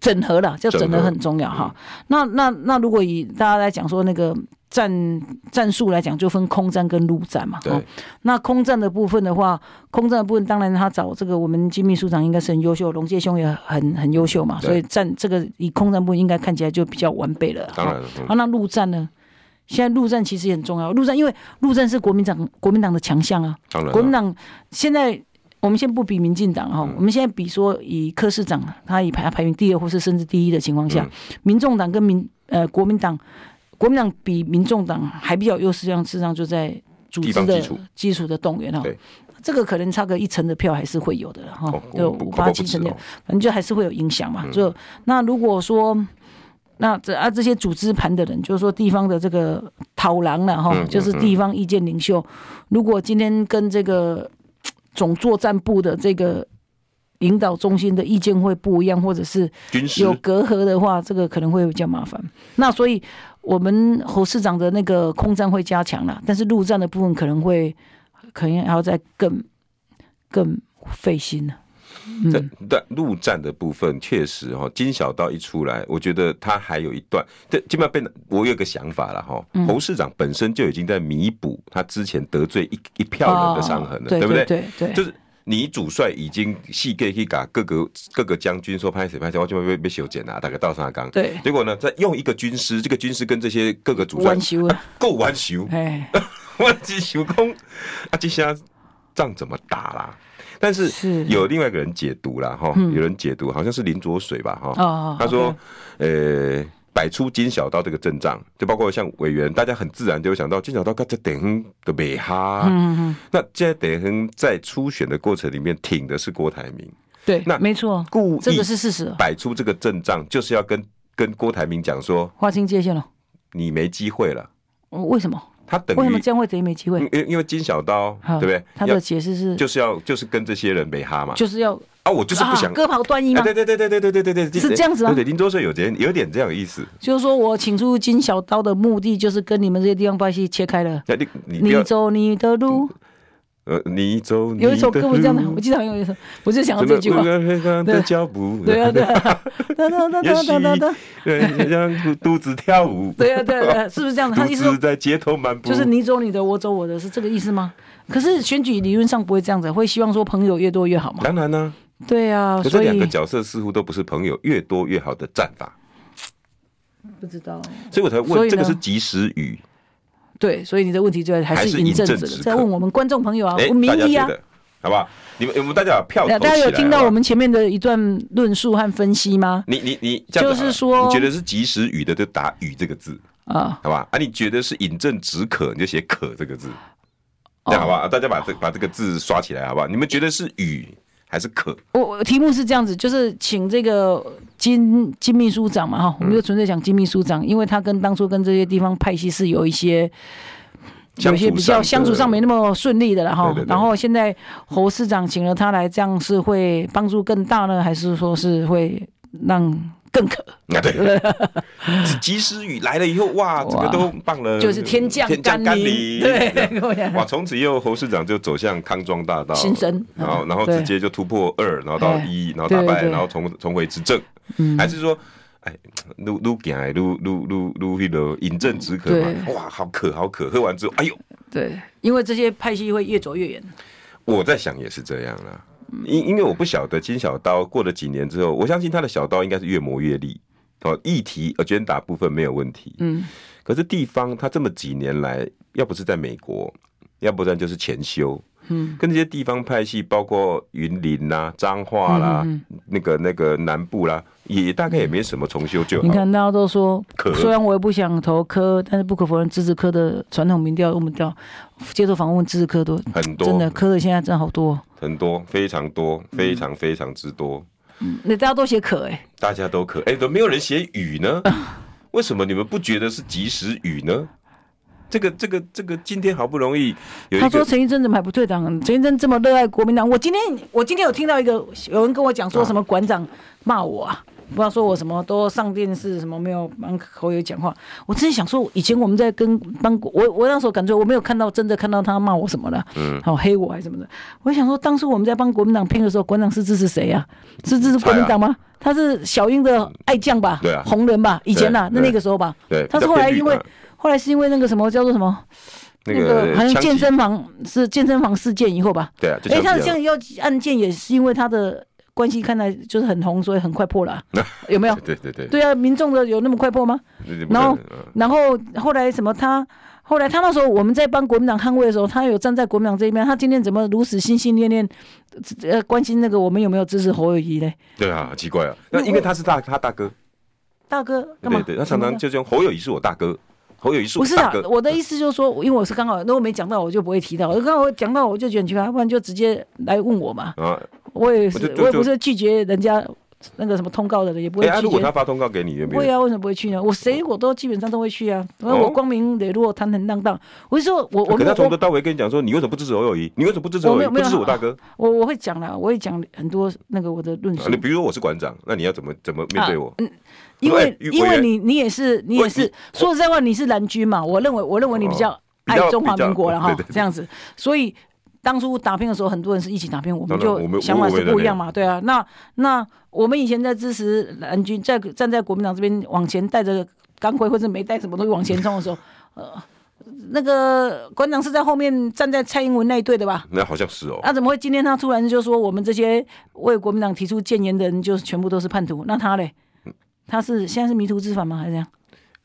[SPEAKER 2] 整合了，叫整
[SPEAKER 1] 整
[SPEAKER 2] 合
[SPEAKER 1] 合嗯
[SPEAKER 2] 很重要哈。那那那如果以大家来讲说那个战战术来讲，就分空战跟陆战嘛。
[SPEAKER 1] 对
[SPEAKER 2] 哦那空战的部分的话，空战的部分当然他找这个我们金秘书长应该是很优秀，龙介兄也很很优秀嘛，
[SPEAKER 1] 对
[SPEAKER 2] 所以战这个以空战部分应该看起来就比较完备了。
[SPEAKER 1] 当
[SPEAKER 2] 哦
[SPEAKER 1] 然，嗯
[SPEAKER 2] 啊，那陆战呢？现在陆战其实也很重要，陆战因为陆战是国民党国民党的强项啊，
[SPEAKER 1] 当然
[SPEAKER 2] 国民
[SPEAKER 1] 了，
[SPEAKER 2] 党现在，我们先不比民进党
[SPEAKER 1] 嗯
[SPEAKER 2] 哈，我们现在比说以柯市长他以排排名第二或是甚至第一的情况下，
[SPEAKER 1] 嗯
[SPEAKER 2] 民众党跟民呃国民党，国民党比民众党还比较有优势，上事实上就在组
[SPEAKER 1] 地
[SPEAKER 2] 织
[SPEAKER 1] 方
[SPEAKER 2] 的
[SPEAKER 1] 基础
[SPEAKER 2] 基础的动员哈
[SPEAKER 1] 对。
[SPEAKER 2] 这个可能差个一成的票还是会有的哈
[SPEAKER 1] 哦，
[SPEAKER 2] 就
[SPEAKER 1] 不
[SPEAKER 2] 五
[SPEAKER 1] 搞不
[SPEAKER 2] 八
[SPEAKER 1] 好
[SPEAKER 2] 七
[SPEAKER 1] 不
[SPEAKER 2] 成
[SPEAKER 1] 止
[SPEAKER 2] 的
[SPEAKER 1] 哦，
[SPEAKER 2] 反正就还是会有影响嘛。就那如果说那这啊这些组织盘的人，就是说地方的这个讨狼了哈，就是地方意见领袖，如果今天跟这个嘖总作战部的这个。领导中心的意见会不一样，或者是
[SPEAKER 1] 军师
[SPEAKER 2] 有隔阂的话，这个可能会比较麻烦。那所以我们侯市长的那个空战会加强了，但是陆战的部分可能会，可能还要再更更费心啊了。
[SPEAKER 1] 但但陆战的部分确实哈，金小刀一出来，我觉得他还有一段。这基本上被我有个想法了哈，侯市长本身就已经在弥补他之前得罪一一票人的伤痕了，
[SPEAKER 2] 哦对
[SPEAKER 1] 不
[SPEAKER 2] 对？对对
[SPEAKER 1] 就是你主帅已经细给去打各个各个将军说拍谁拍谁，我就被被修剪啊，大概到上纲。
[SPEAKER 2] 对
[SPEAKER 1] 结果呢，再用一个军师，这个军师跟这些各个主帅
[SPEAKER 2] 弯修了，
[SPEAKER 1] 够玩球，
[SPEAKER 2] 哎，
[SPEAKER 1] 我只想讲啊，这下仗怎么打啦？但
[SPEAKER 2] 是嗯
[SPEAKER 1] 是有另外一个人解读啦，哈，有人解读好像是林卓水吧，哈，
[SPEAKER 2] 哦
[SPEAKER 1] 他说，呃，摆出金小刀这个阵仗，就包括像委员，大家很自然就会想到金小刀，他这等的美哈，嗯嗯，那现在等亨在初选的过程里面挺的是郭台铭，
[SPEAKER 2] 对，
[SPEAKER 1] 那
[SPEAKER 2] 没错，
[SPEAKER 1] 故意
[SPEAKER 2] 这个是事实，
[SPEAKER 1] 摆出这个阵仗，就是要跟跟郭台铭讲说
[SPEAKER 2] 划清界限了。
[SPEAKER 1] 你没机会了，
[SPEAKER 2] 哦为什么？
[SPEAKER 1] 他等
[SPEAKER 2] 为什么
[SPEAKER 1] 于。
[SPEAKER 2] 这样会等于没机会？
[SPEAKER 1] 因为因为金小刀，对
[SPEAKER 2] 哈
[SPEAKER 1] 不对？
[SPEAKER 2] 他
[SPEAKER 1] 要
[SPEAKER 2] 的解释是，
[SPEAKER 1] 就是要就是跟这些人没哈嘛。
[SPEAKER 2] 就是要
[SPEAKER 1] 啊，我就是不想
[SPEAKER 2] 啊。割袍断义
[SPEAKER 1] 哎
[SPEAKER 2] 吗？
[SPEAKER 1] 对对对对对对对对对，
[SPEAKER 2] 是这样子吗
[SPEAKER 1] 对对，林多水有点有点这样的意思。
[SPEAKER 2] 就是说我请出金小刀的目的，就是跟你们这些地方关系切开了。
[SPEAKER 1] 那你你不
[SPEAKER 2] 你
[SPEAKER 1] 要
[SPEAKER 2] 走你的路，
[SPEAKER 1] 呃，你走你的
[SPEAKER 2] 有一首歌不是这样的，我
[SPEAKER 1] 路
[SPEAKER 2] 记得好像有一首，我就想到
[SPEAKER 1] 怎
[SPEAKER 2] 这
[SPEAKER 1] 么
[SPEAKER 2] 句话。
[SPEAKER 1] 么
[SPEAKER 2] 对
[SPEAKER 1] 的脚步，
[SPEAKER 2] 对啊，对啊，哒哒哒哒哒哒哒，
[SPEAKER 1] 对，让肚子跳舞，
[SPEAKER 2] 啊对啊，对啊对啊，是不是这样的？他
[SPEAKER 1] 肚
[SPEAKER 2] 意思说
[SPEAKER 1] 子在街头漫步，
[SPEAKER 2] 就是你走你的，我走我的，是这个意思吗？可是选举理论上不会这样子，会希望说朋友越多越好嘛。
[SPEAKER 1] 当然呢、
[SPEAKER 2] 对啊，
[SPEAKER 1] 可这
[SPEAKER 2] 所
[SPEAKER 1] 两
[SPEAKER 2] 以
[SPEAKER 1] 个角色似乎都不是朋友越多越好的战法，
[SPEAKER 2] 不知道。
[SPEAKER 1] 所以我才
[SPEAKER 2] 所以
[SPEAKER 1] 问
[SPEAKER 2] 呢
[SPEAKER 1] 这个是及时雨，
[SPEAKER 2] 对，所以你的问题就在还
[SPEAKER 1] 还是
[SPEAKER 2] 是赢
[SPEAKER 1] 赢
[SPEAKER 2] 政治
[SPEAKER 1] 政治
[SPEAKER 2] 了，在问我们观众朋友啊，
[SPEAKER 1] 哎、
[SPEAKER 2] 我民
[SPEAKER 1] 大家
[SPEAKER 2] 意啊
[SPEAKER 1] 觉。得好不好？你们我们大家把票投
[SPEAKER 2] 大
[SPEAKER 1] 起来
[SPEAKER 2] 家有听到
[SPEAKER 1] 好不好
[SPEAKER 2] 我？们前面的一段论述和分析吗？
[SPEAKER 1] 你你你这样子好了
[SPEAKER 2] 就是说
[SPEAKER 1] 你觉得是及时雨的，就打雨这个字，
[SPEAKER 2] 啊，
[SPEAKER 1] 好吧？啊，你觉得是饮鸩止渴，你就写渴这个字，
[SPEAKER 2] 哦
[SPEAKER 1] 这样好不好？大家把这把这个字刷起来，好不好？你们觉得是雨还是渴？
[SPEAKER 2] 我我题目是这样子，就是请这个金金秘书长嘛哈，
[SPEAKER 1] 嗯
[SPEAKER 2] 我们就纯粹讲金秘书长，因为他跟当初跟这些地方派系是有一些。
[SPEAKER 1] 相处上
[SPEAKER 2] 有
[SPEAKER 1] 的
[SPEAKER 2] 一些比较相处上没那么顺利的了哈
[SPEAKER 1] 对对，对
[SPEAKER 2] 然后现在侯市长请了他来，这样是会帮助更大呢，还是说是会让更可？
[SPEAKER 1] 啊，对，是及时雨来了以后，哇，这个都棒了，
[SPEAKER 2] 就是天降
[SPEAKER 1] 天
[SPEAKER 2] 甘
[SPEAKER 1] 甘
[SPEAKER 2] 霖，
[SPEAKER 1] 霖，这
[SPEAKER 2] 对，
[SPEAKER 1] 样
[SPEAKER 2] 跟我讲
[SPEAKER 1] 哇，从此以后侯市长就走向康庄大道，
[SPEAKER 2] 新生
[SPEAKER 1] 然后
[SPEAKER 2] 嗯
[SPEAKER 1] 然后
[SPEAKER 2] 对
[SPEAKER 1] 直接就突破二，然后到
[SPEAKER 2] 哎
[SPEAKER 1] 一，然后打
[SPEAKER 2] 对
[SPEAKER 1] 败，
[SPEAKER 2] 对
[SPEAKER 1] 然后重重回执政，还是说？哎，撸撸行来撸撸撸撸那个饮鸩止渴嘛，
[SPEAKER 2] 对
[SPEAKER 1] 哇，好渴好渴，喝完之后，哎呦，
[SPEAKER 2] 对，因为这些派系会越走越远，
[SPEAKER 1] 我在想也是这样啦，因因为我不晓得金小刀过了几年之后，我相信他的小刀应该是越磨越利。哦，议题 agenda 部分没有问题，
[SPEAKER 2] 嗯，
[SPEAKER 1] 可是地方他这么几年来，要不是在美国，要不然就是前修，嗯，跟这些地方派系，包括云林啦、彰化啦、
[SPEAKER 2] 嗯
[SPEAKER 1] 那个那个南部啦，也大概也没什么重修就好。
[SPEAKER 2] 你看，大家都说
[SPEAKER 1] 可，
[SPEAKER 2] 虽然我也不想投科，但是不可否认，支持科的传统民调、我们调接受访问支持科多，
[SPEAKER 1] 很多，
[SPEAKER 2] 真的科的现在真的好多，
[SPEAKER 1] 很多，非常多，非常非常之多。
[SPEAKER 2] 那大家都写可哎、欸
[SPEAKER 1] 大家都可，哎、怎么没有人写雨呢？为什么你们不觉得是及时雨呢？这个这个这个，今天好不容易有一
[SPEAKER 2] 他说
[SPEAKER 1] 个
[SPEAKER 2] 陈玉珍怎么还不退党？陈玉珍这么热爱国民党，我今天我今天有听到一个有人跟我讲说什么馆长骂我啊。不要说我什么都上电视，什么没有帮口友讲话。我真想说，以前我们在跟帮我，我那时候感觉我没有看到真的看到他骂我什么了，嗯，好黑我还是什么的。我想说，当初我们在帮国民党拼的时候，馆长是支持谁呀、啊？是支持国民党吗？他是小英的爱将吧？
[SPEAKER 1] 对啊
[SPEAKER 2] 红人吧？以前呐、啊，
[SPEAKER 1] 对
[SPEAKER 2] 那
[SPEAKER 1] 对
[SPEAKER 2] 那个时候吧，
[SPEAKER 1] 对，
[SPEAKER 2] 他是
[SPEAKER 1] 比较
[SPEAKER 2] 后来
[SPEAKER 1] 偏绿
[SPEAKER 2] 因为
[SPEAKER 1] 嘛
[SPEAKER 2] 后来是因为那个什么叫做什么？
[SPEAKER 1] 那
[SPEAKER 2] 那个好像
[SPEAKER 1] 枪击
[SPEAKER 2] 健身房是健身房事件以后吧？
[SPEAKER 1] 对啊，就
[SPEAKER 2] 哎，他
[SPEAKER 1] 像
[SPEAKER 2] 这样要案件也是因为他的关系看来就是很红，所以很快破 了啊、有没有？
[SPEAKER 1] 对对对，
[SPEAKER 2] 对啊，民众的有那么快破吗？
[SPEAKER 1] 对
[SPEAKER 2] 然后
[SPEAKER 1] 嗯
[SPEAKER 2] 然后后来什么他？后来他那时候我们在帮国民党捍卫的时候，他有站在国民党这一边。他今天怎么如此心心念念，呃，关心那个我们有没有支持侯友谊嘞？
[SPEAKER 1] 对啊，奇怪啊，那因为他是大他大哥，
[SPEAKER 2] 大哥，干嘛？
[SPEAKER 1] 对对，他常
[SPEAKER 2] 怎么
[SPEAKER 1] 常
[SPEAKER 2] 了
[SPEAKER 1] 就用侯友谊是我大哥，侯友谊是
[SPEAKER 2] 不
[SPEAKER 1] 我
[SPEAKER 2] 是
[SPEAKER 1] 大
[SPEAKER 2] 啊
[SPEAKER 1] 哥，，
[SPEAKER 2] 我的意思就是说，因为我是刚好，如果没讲到，我就不会提到；我刚好讲到，我就卷起来，要不然就直接来问我嘛。
[SPEAKER 1] 啊，
[SPEAKER 2] 我也
[SPEAKER 1] 我
[SPEAKER 2] 是
[SPEAKER 1] 就，就
[SPEAKER 2] 我也
[SPEAKER 1] 就
[SPEAKER 2] 不是拒绝人家那个什么通告的人，也不会
[SPEAKER 1] 哎，啊
[SPEAKER 2] 拒
[SPEAKER 1] 如果他
[SPEAKER 2] 绝。
[SPEAKER 1] 发通告给你，有没
[SPEAKER 2] 会
[SPEAKER 1] 有？
[SPEAKER 2] 啊，为什么不会去呢？我谁我都基本上都会去啊，然后
[SPEAKER 1] 哦
[SPEAKER 2] 我光明磊落、坦坦荡荡。我就说我我
[SPEAKER 1] 啊可他从头
[SPEAKER 2] 我
[SPEAKER 1] 到尾跟你讲说，你为什么不支持侯友谊？你为什么不支持
[SPEAKER 2] 我
[SPEAKER 1] 侯
[SPEAKER 2] 没
[SPEAKER 1] 友
[SPEAKER 2] 有
[SPEAKER 1] 谊？
[SPEAKER 2] 没
[SPEAKER 1] 不
[SPEAKER 2] 有
[SPEAKER 1] 支持我大哥？
[SPEAKER 2] 我我会讲啦，我会讲很多那个我的论
[SPEAKER 1] 啊
[SPEAKER 2] 述
[SPEAKER 1] 你，比如说我是馆长，那你要怎么怎么面对我？
[SPEAKER 2] 啊嗯因为
[SPEAKER 1] 喂
[SPEAKER 2] 因
[SPEAKER 1] 委
[SPEAKER 2] 为
[SPEAKER 1] 员
[SPEAKER 2] 你你也是你也
[SPEAKER 1] 喂
[SPEAKER 2] 是
[SPEAKER 1] 你哦
[SPEAKER 2] 说实在话，你是蓝军嘛，我认为我认为你比较
[SPEAKER 1] 比
[SPEAKER 2] 爱
[SPEAKER 1] 较
[SPEAKER 2] 中华
[SPEAKER 1] 比较
[SPEAKER 2] 民国了哈
[SPEAKER 1] 对对，对
[SPEAKER 2] 这样子，所以。当初打拼的时候，很多人是一起打拼，我
[SPEAKER 1] 当
[SPEAKER 2] 们
[SPEAKER 1] 然我们
[SPEAKER 2] 就想法
[SPEAKER 1] 我
[SPEAKER 2] 是
[SPEAKER 1] 也认
[SPEAKER 2] 不一
[SPEAKER 1] 为
[SPEAKER 2] 样嘛，对啊。那那我们以前在支持蓝军，在站在国民党这边往前带着钢盔或者没带什么东西往前冲的时候，呃，那个馆长是在后面站在蔡英文那一队的吧？
[SPEAKER 1] 那好像是哦，
[SPEAKER 2] 那怎么会今天他突然就说我们这些为国民党提出谏言的人就是全部都是叛徒？那他嘞？他是现在是迷途知返吗？还是这样？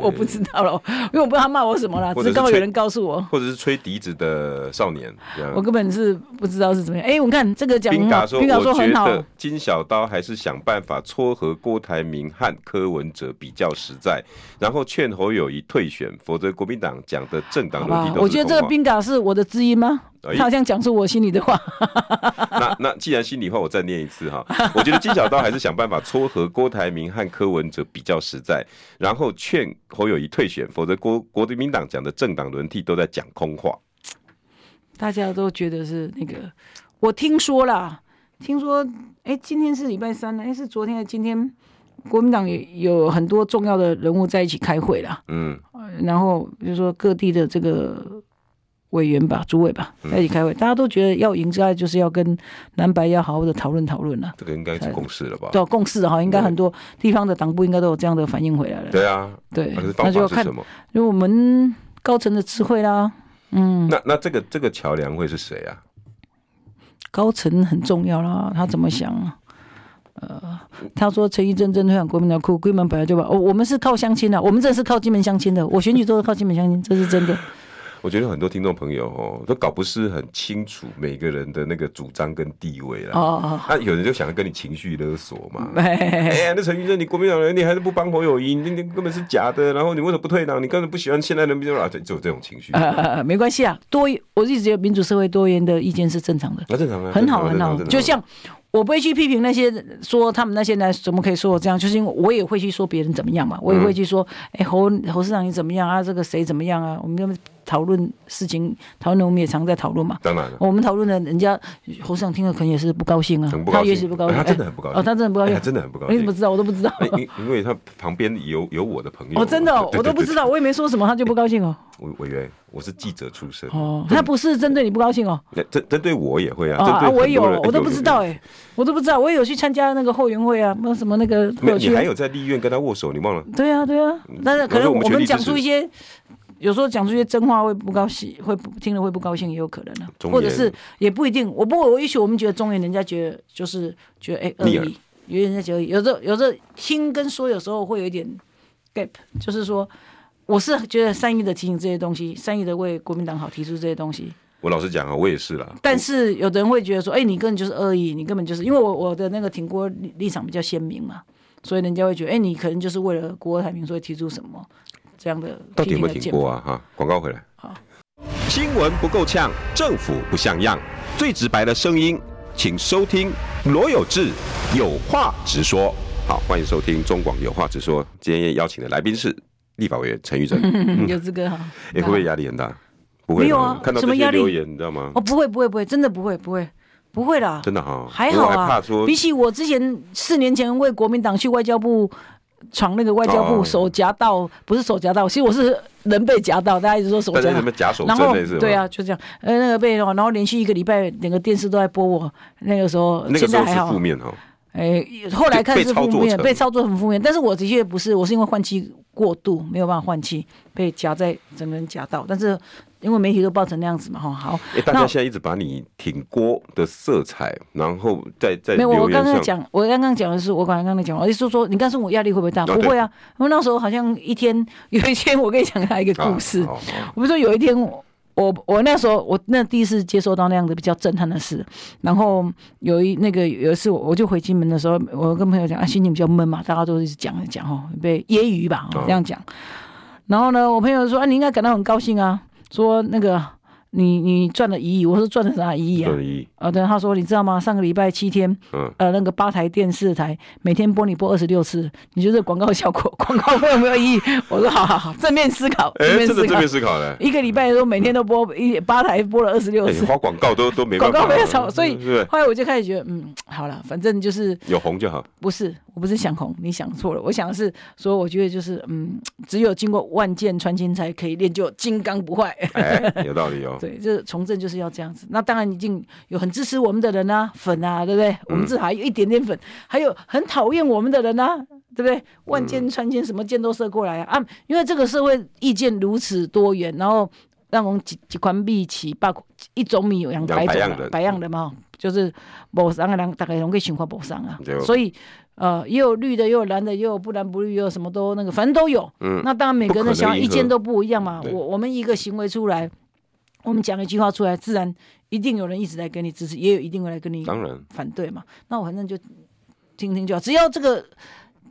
[SPEAKER 2] 我不知道了，因为我不知道他骂我什么啦，
[SPEAKER 1] 呃或者
[SPEAKER 2] 只
[SPEAKER 1] 是
[SPEAKER 2] 是刚好
[SPEAKER 1] 吹
[SPEAKER 2] 有人告诉我，
[SPEAKER 1] 或者是吹笛子的少年这样
[SPEAKER 2] 我。根本是不知道是怎么样。哎、我看这个讲
[SPEAKER 1] 宾
[SPEAKER 2] 很
[SPEAKER 1] 嗯嘎
[SPEAKER 2] 好，
[SPEAKER 1] 说：“
[SPEAKER 2] 冰嘎
[SPEAKER 1] 我
[SPEAKER 2] 说
[SPEAKER 1] 觉
[SPEAKER 2] 很好，
[SPEAKER 1] 得金小刀还是想办法撮合郭台铭和柯文哲比较实在，然后劝侯友谊退选，否则国民党讲的政党
[SPEAKER 2] 好
[SPEAKER 1] 轮
[SPEAKER 2] 吧
[SPEAKER 1] 替？都
[SPEAKER 2] 我
[SPEAKER 1] 是
[SPEAKER 2] 觉得这
[SPEAKER 1] 空
[SPEAKER 2] 个
[SPEAKER 1] 话
[SPEAKER 2] 冰嘎是我的知音吗？
[SPEAKER 1] 哎
[SPEAKER 2] 他好像讲出我心里的话。
[SPEAKER 1] 那那既然心里话，我再念一次哈。我觉得金小刀还是想办法撮合郭台铭和柯文哲比较实在，然后劝侯友谊退选，否则国国民党讲的政党轮替都在讲空话。
[SPEAKER 2] 大家都觉得是那个，我听说啦，听说，哎，今天是礼拜三了，哎，是昨天还是今天？国民党也有很多重要的人物在一起开会啦，
[SPEAKER 1] 嗯，
[SPEAKER 2] 然后就说各地的这个委员吧、主委
[SPEAKER 1] 嗯
[SPEAKER 2] 吧在一起开会，大家都觉得要赢家就是要跟蓝白要好好的讨论讨论了。
[SPEAKER 1] 这个应该是共识了吧？
[SPEAKER 2] 到共识的哈，应该很多地方的党部应该都有这样的反应回来了。
[SPEAKER 1] 对啊，
[SPEAKER 2] 对
[SPEAKER 1] 那，是方
[SPEAKER 2] 那就
[SPEAKER 1] 法
[SPEAKER 2] 要
[SPEAKER 1] 是
[SPEAKER 2] 看
[SPEAKER 1] 什么？
[SPEAKER 2] 就我们高层的智慧啦。嗯
[SPEAKER 1] 那那这个这个桥梁会是谁啊？
[SPEAKER 2] 高层很重要啦，他怎么想啊？呃，他说陈义正真推想国民党库，龟门本来就把哦，我们是靠相亲的，我们这是靠金门相亲的，我选举都是靠金门相亲，这是真的。
[SPEAKER 1] 我觉得很多听众朋友哦，都搞不是很清楚每个人的那个主张跟地位
[SPEAKER 2] 哦
[SPEAKER 1] 啦。
[SPEAKER 2] 哦
[SPEAKER 1] 那、有人就想要跟你情绪勒索嘛。
[SPEAKER 2] 哦，嘿嘿嘿
[SPEAKER 1] 哎呀，那陈玉珍，你国民党人，你还是不帮侯友谊，你你根本是假的。然后你为什么不退党？你根本不喜欢现在的民主党，就就有这种情绪，那、
[SPEAKER 2] 呃，没关系啊，多我一直觉得民主社会多元的意见是正常的，
[SPEAKER 1] 正常啊，
[SPEAKER 2] 很好
[SPEAKER 1] 正
[SPEAKER 2] 很
[SPEAKER 1] 常啊正
[SPEAKER 2] 好
[SPEAKER 1] 常啊。
[SPEAKER 2] 就像我不会去批评那些说他们那些人怎么可以说我这样，就是因为我也会去说别人怎么样嘛，我也
[SPEAKER 1] 嗯
[SPEAKER 2] 会去说，哎、侯侯市长你怎么样啊？这个谁怎么样啊？我们这么讨论事情，讨论我们也常在讨论嘛。
[SPEAKER 1] 当然了，
[SPEAKER 2] 我们讨论的，人家侯市长听了可能也是不高兴啊，
[SPEAKER 1] 很不高
[SPEAKER 2] 他
[SPEAKER 1] 兴，
[SPEAKER 2] 也许不高兴，
[SPEAKER 1] 哎他真
[SPEAKER 2] 哎
[SPEAKER 1] 的很不高兴，
[SPEAKER 2] 哦，他真的不高
[SPEAKER 1] 哎
[SPEAKER 2] 兴，
[SPEAKER 1] 他真的很不高
[SPEAKER 2] 你怎么
[SPEAKER 1] 兴。
[SPEAKER 2] 知道？我都不知道。
[SPEAKER 1] 哎因因为他旁边有有我的朋友，
[SPEAKER 2] 哦，真的哦、
[SPEAKER 1] 对
[SPEAKER 2] 我都不知。道，我也没说什么，他就不高兴哦。
[SPEAKER 1] 对对我委员，我是记者出身，
[SPEAKER 2] 哦，他不是针对你不高兴哦。
[SPEAKER 1] 那针针对我也会啊，
[SPEAKER 2] 哦
[SPEAKER 1] 针对
[SPEAKER 2] 啊，
[SPEAKER 1] 很多
[SPEAKER 2] 我有，
[SPEAKER 1] 人
[SPEAKER 2] 我都不知道
[SPEAKER 1] 有有
[SPEAKER 2] 哎、我都不知道，我也有去参加那个后援会啊，那什么那个
[SPEAKER 1] 有没有，
[SPEAKER 2] 去
[SPEAKER 1] 你
[SPEAKER 2] 啊
[SPEAKER 1] 还有在立院跟他握手，你忘了？
[SPEAKER 2] 对啊对啊，但是可
[SPEAKER 1] 可是
[SPEAKER 2] 能
[SPEAKER 1] 我们
[SPEAKER 2] 我
[SPEAKER 1] 全力支持
[SPEAKER 2] 们讲出一些，有时候讲出一些真话会不高兴，会不听了会不高兴也有可能啊，
[SPEAKER 1] 忠言
[SPEAKER 2] 或者是也不一定，我不我也许我们觉得中原人家觉得就是觉得哎恶
[SPEAKER 1] 逆耳
[SPEAKER 2] 意，有人家觉得有时候有时候听跟说有时候会有一点 gap，就是说。我是觉得善意的提醒这些东西，善意的为国民党好提出这些东西，
[SPEAKER 1] 我老实讲啊，我也是啦。
[SPEAKER 2] 但是有的人会觉得说，哎、你根本就是恶意，你根本就是因为我我的那个挺郭立立场比较鲜明嘛，所以人家会觉得，哎、你可能就是为了国台民，所以提出什么这样的
[SPEAKER 1] 到
[SPEAKER 2] 批
[SPEAKER 1] 底有
[SPEAKER 2] 评
[SPEAKER 1] 没
[SPEAKER 2] 的
[SPEAKER 1] 有停
[SPEAKER 2] 见
[SPEAKER 1] 过
[SPEAKER 2] 解。
[SPEAKER 1] 啊？哈，广告回来。
[SPEAKER 3] 新闻不够呛，政府不像样，最直白的声音，请收听罗有志有话直说。
[SPEAKER 1] 好，欢迎收听中广有话直说。今天邀请的来宾是立法委员陈玉 珍，
[SPEAKER 2] 嗯有这个哈，
[SPEAKER 1] 也、会不会压力很大？不会吧，
[SPEAKER 2] 没有啊
[SPEAKER 1] 看到
[SPEAKER 2] 什
[SPEAKER 1] 这
[SPEAKER 2] 么
[SPEAKER 1] 些
[SPEAKER 2] 压力
[SPEAKER 1] 留言，你知道吗？
[SPEAKER 2] 哦，不会不会不会，真的不会不会不会啦，
[SPEAKER 1] 真的哈、
[SPEAKER 2] 还好
[SPEAKER 1] 我还怕
[SPEAKER 2] 啊
[SPEAKER 1] 说。
[SPEAKER 2] 比起我之前四年前为国民党去外交部闯那个外交
[SPEAKER 1] 哦
[SPEAKER 2] 部手夹道，不是手夹道，其实我是人被夹道，大家一直说手
[SPEAKER 1] 大
[SPEAKER 2] 夹
[SPEAKER 1] 家
[SPEAKER 2] 道
[SPEAKER 1] 什么。假手
[SPEAKER 2] 然
[SPEAKER 1] 针
[SPEAKER 2] 后
[SPEAKER 1] 类似吗
[SPEAKER 2] 对，啊，就这样，呃，那个被然后连续一个礼拜，整个电视都在播我。那个时候，
[SPEAKER 1] 那个
[SPEAKER 2] 现
[SPEAKER 1] 时
[SPEAKER 2] 在
[SPEAKER 1] 候
[SPEAKER 2] 还
[SPEAKER 1] 是
[SPEAKER 2] 好啊
[SPEAKER 1] 负。面哦哈，
[SPEAKER 2] 哎，后来看
[SPEAKER 1] 被
[SPEAKER 2] 是
[SPEAKER 1] 操
[SPEAKER 2] 负
[SPEAKER 1] 作
[SPEAKER 2] 面，
[SPEAKER 1] 成
[SPEAKER 2] 被操作很负面。但是我的确不是，我是因为换气过度，没有办法换气，被夹在整个人夹到。但是因为媒体都报成那样子嘛，哈，好，
[SPEAKER 1] 哎、大
[SPEAKER 2] 那
[SPEAKER 1] 家现在一直把你挺锅的色彩，然后在在
[SPEAKER 2] 没有，
[SPEAKER 1] 留
[SPEAKER 2] 我
[SPEAKER 1] 言
[SPEAKER 2] 刚刚
[SPEAKER 1] 上，
[SPEAKER 2] 讲，我刚刚讲的是，我刚刚刚讲，我意思是说，你刚才问我压力会不会大？
[SPEAKER 1] 哦对
[SPEAKER 2] 不会啊，因为那时候好像一天，有一天我跟你讲他一个故事，
[SPEAKER 1] 啊好好好
[SPEAKER 2] 我不是说有一天我我我那时候我那第一次接收到那样的比较震撼的事，然后有一那个有一次我我就回金门的时候，我跟朋友讲啊心情比较闷嘛，大家都一直讲讲哦，被揶揄吧、哦
[SPEAKER 1] 嗯
[SPEAKER 2] 这样讲。然后呢，我朋友说啊你应该感到很高兴啊，说那个你你赚了一亿，我说赚了啥一亿啊？
[SPEAKER 1] 对一，
[SPEAKER 2] 啊，对，他说你知道吗？上个礼拜七天，
[SPEAKER 1] 嗯，
[SPEAKER 2] 呃，那个八台电视台每天播你播二十六次，你觉得广告效果、 广告费有没有意义？我说好好好，正面思考，
[SPEAKER 1] 哎、
[SPEAKER 2] 正面
[SPEAKER 1] 真
[SPEAKER 2] 思
[SPEAKER 1] 的这
[SPEAKER 2] 考。
[SPEAKER 1] 边思考了、
[SPEAKER 2] 一个礼拜都每天都播一八台播了二十六
[SPEAKER 1] 哎
[SPEAKER 2] 次，
[SPEAKER 1] 花广告都都没
[SPEAKER 2] 广
[SPEAKER 1] 办法
[SPEAKER 2] 告
[SPEAKER 1] 了，
[SPEAKER 2] 没有少，所以
[SPEAKER 1] 是不是
[SPEAKER 2] 后来我就开始觉得，嗯，好了，反正就是
[SPEAKER 1] 有红就好，
[SPEAKER 2] 不是，我不是想红，你想错了，我想的是说，我觉得就是，嗯，只有经过万箭穿心才可以练就金刚不坏。
[SPEAKER 1] 哎、有道理哦。
[SPEAKER 2] 对，这从政就是要这样子。那当然已经有很支持我们的人啊，粉啊，对不对？
[SPEAKER 1] 嗯
[SPEAKER 2] 我们至少还有一点点粉，还有很讨厌我们的人啊，对不对？万
[SPEAKER 1] 嗯
[SPEAKER 2] 箭穿心，什么箭都射过来啊！啊，因为这个社会意见如此多元，然后让我们几几款米起，把一种米有养
[SPEAKER 1] 养
[SPEAKER 2] 百
[SPEAKER 1] 百
[SPEAKER 2] 种
[SPEAKER 1] 样
[SPEAKER 2] 啊
[SPEAKER 1] 人
[SPEAKER 2] 百样的嘛，就是某三个人大概拢可以循环某上啊
[SPEAKER 1] 对哦，
[SPEAKER 2] 所以。呃，也有绿的，也有蓝的，也有不蓝不绿，也有什么都那个，反正都有。
[SPEAKER 1] 嗯
[SPEAKER 2] 那当然每个人的想法
[SPEAKER 1] 不可能
[SPEAKER 2] 意
[SPEAKER 1] 迎合
[SPEAKER 2] 见都不一样嘛。
[SPEAKER 1] 对
[SPEAKER 2] 我我们一个行为出来，我们讲一句话出来，自然一定有人一直在跟你支持，也有一定会来跟你
[SPEAKER 1] 当然，
[SPEAKER 2] 反对嘛。那我反正就听听就好，只要这个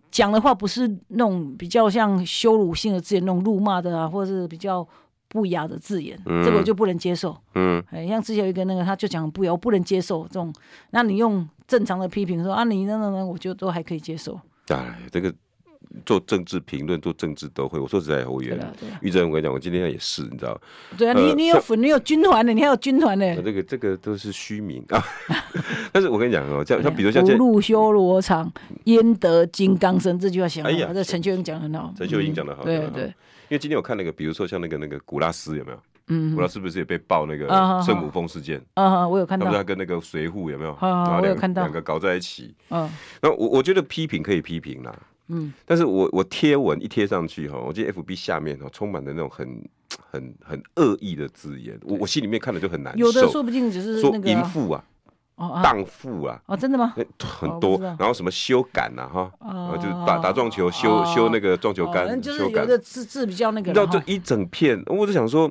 [SPEAKER 2] 讲的话不是那种比较像羞辱性的字眼，那种辱骂的啊，或者是比较不雅的字眼，
[SPEAKER 1] 嗯
[SPEAKER 2] 这个我就不能接受。
[SPEAKER 1] 嗯，
[SPEAKER 2] 哎，像之前有一个那个，他就讲不雅，我不能接受这种。那你用正常的批评说啊，你那那那，我就都还可以接受。
[SPEAKER 1] 哎，这个做政治评论、做政治都会。我说实在，侯
[SPEAKER 2] 对
[SPEAKER 1] 员
[SPEAKER 2] 啊，对啊，
[SPEAKER 1] 玉珍，我跟你讲，我今天也是，你知道，
[SPEAKER 2] 对啊，
[SPEAKER 1] 呃
[SPEAKER 2] 你你有粉，你有军团的，你还有军团的
[SPEAKER 1] 那。这个这个都是虚名 啊。但是我跟你讲哦，
[SPEAKER 2] 哎
[SPEAKER 1] 像像比如像
[SPEAKER 2] 福
[SPEAKER 1] 这
[SPEAKER 2] 禄修罗场，焉得金刚身？这句话想好，
[SPEAKER 1] 哎呀
[SPEAKER 2] 这陈秀英讲得很好。
[SPEAKER 1] 陈秀英
[SPEAKER 2] 嗯
[SPEAKER 1] 讲得好
[SPEAKER 2] 对
[SPEAKER 1] 讲得好
[SPEAKER 2] 对，
[SPEAKER 1] 因为今天我看那个，比如说像那个那个古拉斯有没有？
[SPEAKER 2] 嗯
[SPEAKER 1] 不知道是不是也被爆那个
[SPEAKER 2] 啊好好
[SPEAKER 1] 圣母峰事件？
[SPEAKER 2] 啊，我有看
[SPEAKER 1] 他
[SPEAKER 2] 到
[SPEAKER 1] 不是，他跟那个随扈有没有？
[SPEAKER 2] 好好
[SPEAKER 1] 然后
[SPEAKER 2] 我有
[SPEAKER 1] 两个
[SPEAKER 2] 看到
[SPEAKER 1] 两个搞在一起。
[SPEAKER 2] 嗯
[SPEAKER 1] 那我我觉得批评可以批评啦，
[SPEAKER 2] 嗯，
[SPEAKER 1] 但是我我贴文一贴上去哈，我记得 FB 下面哈充满了那种很很很恶意的字眼，我我心里面看了就很难受。
[SPEAKER 2] 有的说不定只是
[SPEAKER 1] 说
[SPEAKER 2] 那个
[SPEAKER 1] 淫
[SPEAKER 2] 啊
[SPEAKER 1] 妇啊、
[SPEAKER 2] 哦啊
[SPEAKER 1] 荡妇啊，
[SPEAKER 2] 哦，真的吗？
[SPEAKER 1] 那很
[SPEAKER 2] 哦我
[SPEAKER 1] 多
[SPEAKER 2] 知道，
[SPEAKER 1] 然后什么修杆呐哈，然
[SPEAKER 2] 啊
[SPEAKER 1] 后就是打打撞球修修那个撞球
[SPEAKER 2] 哦
[SPEAKER 1] 杆，
[SPEAKER 2] 就是
[SPEAKER 1] 修
[SPEAKER 2] 有
[SPEAKER 1] 杆，
[SPEAKER 2] 的字字比较那个
[SPEAKER 1] 你知道
[SPEAKER 2] 了哈，嗯
[SPEAKER 1] 这一整片，我就想说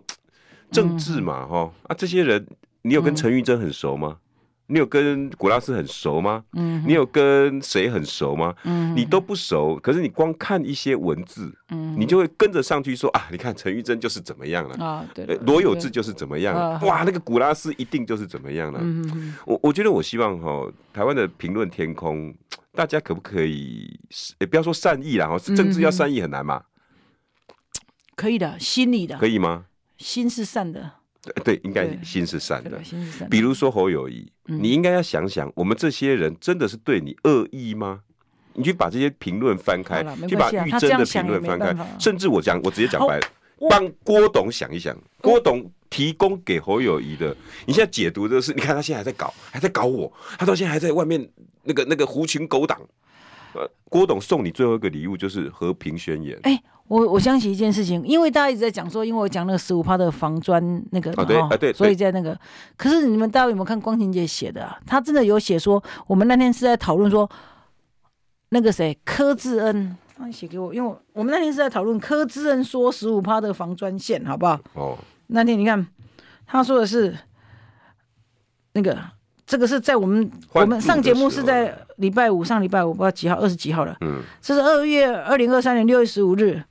[SPEAKER 1] 政治嘛哈啊，这些人你有跟陈玉珍很熟吗？你有跟古拉斯很熟吗？
[SPEAKER 2] 嗯
[SPEAKER 1] 你有跟谁很熟吗？
[SPEAKER 2] 嗯
[SPEAKER 1] 你都不熟，可是你光看一些文字，
[SPEAKER 2] 嗯
[SPEAKER 1] 你就会跟着上去说啊，你看陈玉珍就是怎么样了，
[SPEAKER 2] 啊对
[SPEAKER 1] 呃
[SPEAKER 2] 了
[SPEAKER 1] 罗有志就是怎么样了，
[SPEAKER 2] 啊
[SPEAKER 1] 哇，那个古拉斯一定就是怎么样了。
[SPEAKER 2] 嗯嗯嗯
[SPEAKER 1] 我我觉得我希望哈，台湾的评论天空，大家可不可以，也不要说善意啦哈，
[SPEAKER 2] 嗯
[SPEAKER 1] 是政治要善意很难嘛，
[SPEAKER 2] 可以的，心里的
[SPEAKER 1] 可以吗？
[SPEAKER 2] 心是善的，
[SPEAKER 1] 对对，应该
[SPEAKER 2] 对
[SPEAKER 1] 心是善
[SPEAKER 2] 对嗯
[SPEAKER 1] 的
[SPEAKER 2] 吧？。心是善的，
[SPEAKER 1] 比如说侯友谊，你应该要想想，我们这些人真的是对你恶意吗？你去把这些评论翻开
[SPEAKER 2] 好啦，没
[SPEAKER 1] 去把
[SPEAKER 2] 关系啊
[SPEAKER 1] 玉
[SPEAKER 2] 他这
[SPEAKER 1] 珍
[SPEAKER 2] 样
[SPEAKER 1] 的
[SPEAKER 2] 想
[SPEAKER 1] 评论
[SPEAKER 2] 也
[SPEAKER 1] 翻
[SPEAKER 2] 没
[SPEAKER 1] 开
[SPEAKER 2] 办法，啊
[SPEAKER 1] 甚至我讲，我直接讲白了
[SPEAKER 2] 我，
[SPEAKER 1] 帮郭董想一想，郭董。提供给侯友谊的，你现在解读的是，你看他现在还在搞，还在搞我，他到现在还在外面那个那个狐群狗党。呃，郭董送你最后一个礼物就是和平宣言，
[SPEAKER 2] 哎、我我想起一件事情，因为大家一直在讲说，因为我讲那个十五趴的防砖那个嘛，
[SPEAKER 1] 啊对
[SPEAKER 2] 哈
[SPEAKER 1] 啊对
[SPEAKER 2] 所以在那个，可是你们大家有没有看光晴姐写的、啊？她真的有写说，我们那天是在讨论说，那个谁柯志恩，啊你写给我，因为我我们那天是在讨论柯志恩说十五趴的防砖线，好不好？
[SPEAKER 1] 哦，
[SPEAKER 2] 那天你看他说的是那个。这个是在我们
[SPEAKER 1] 换
[SPEAKER 2] 我们
[SPEAKER 1] 季
[SPEAKER 2] 上
[SPEAKER 1] 的
[SPEAKER 2] 节目
[SPEAKER 1] 时
[SPEAKER 2] 是
[SPEAKER 1] 候
[SPEAKER 2] 在礼拜五，上礼拜五不知道几号，二十几号了。
[SPEAKER 1] 嗯，
[SPEAKER 2] 这是二月二零二三年六月十五日，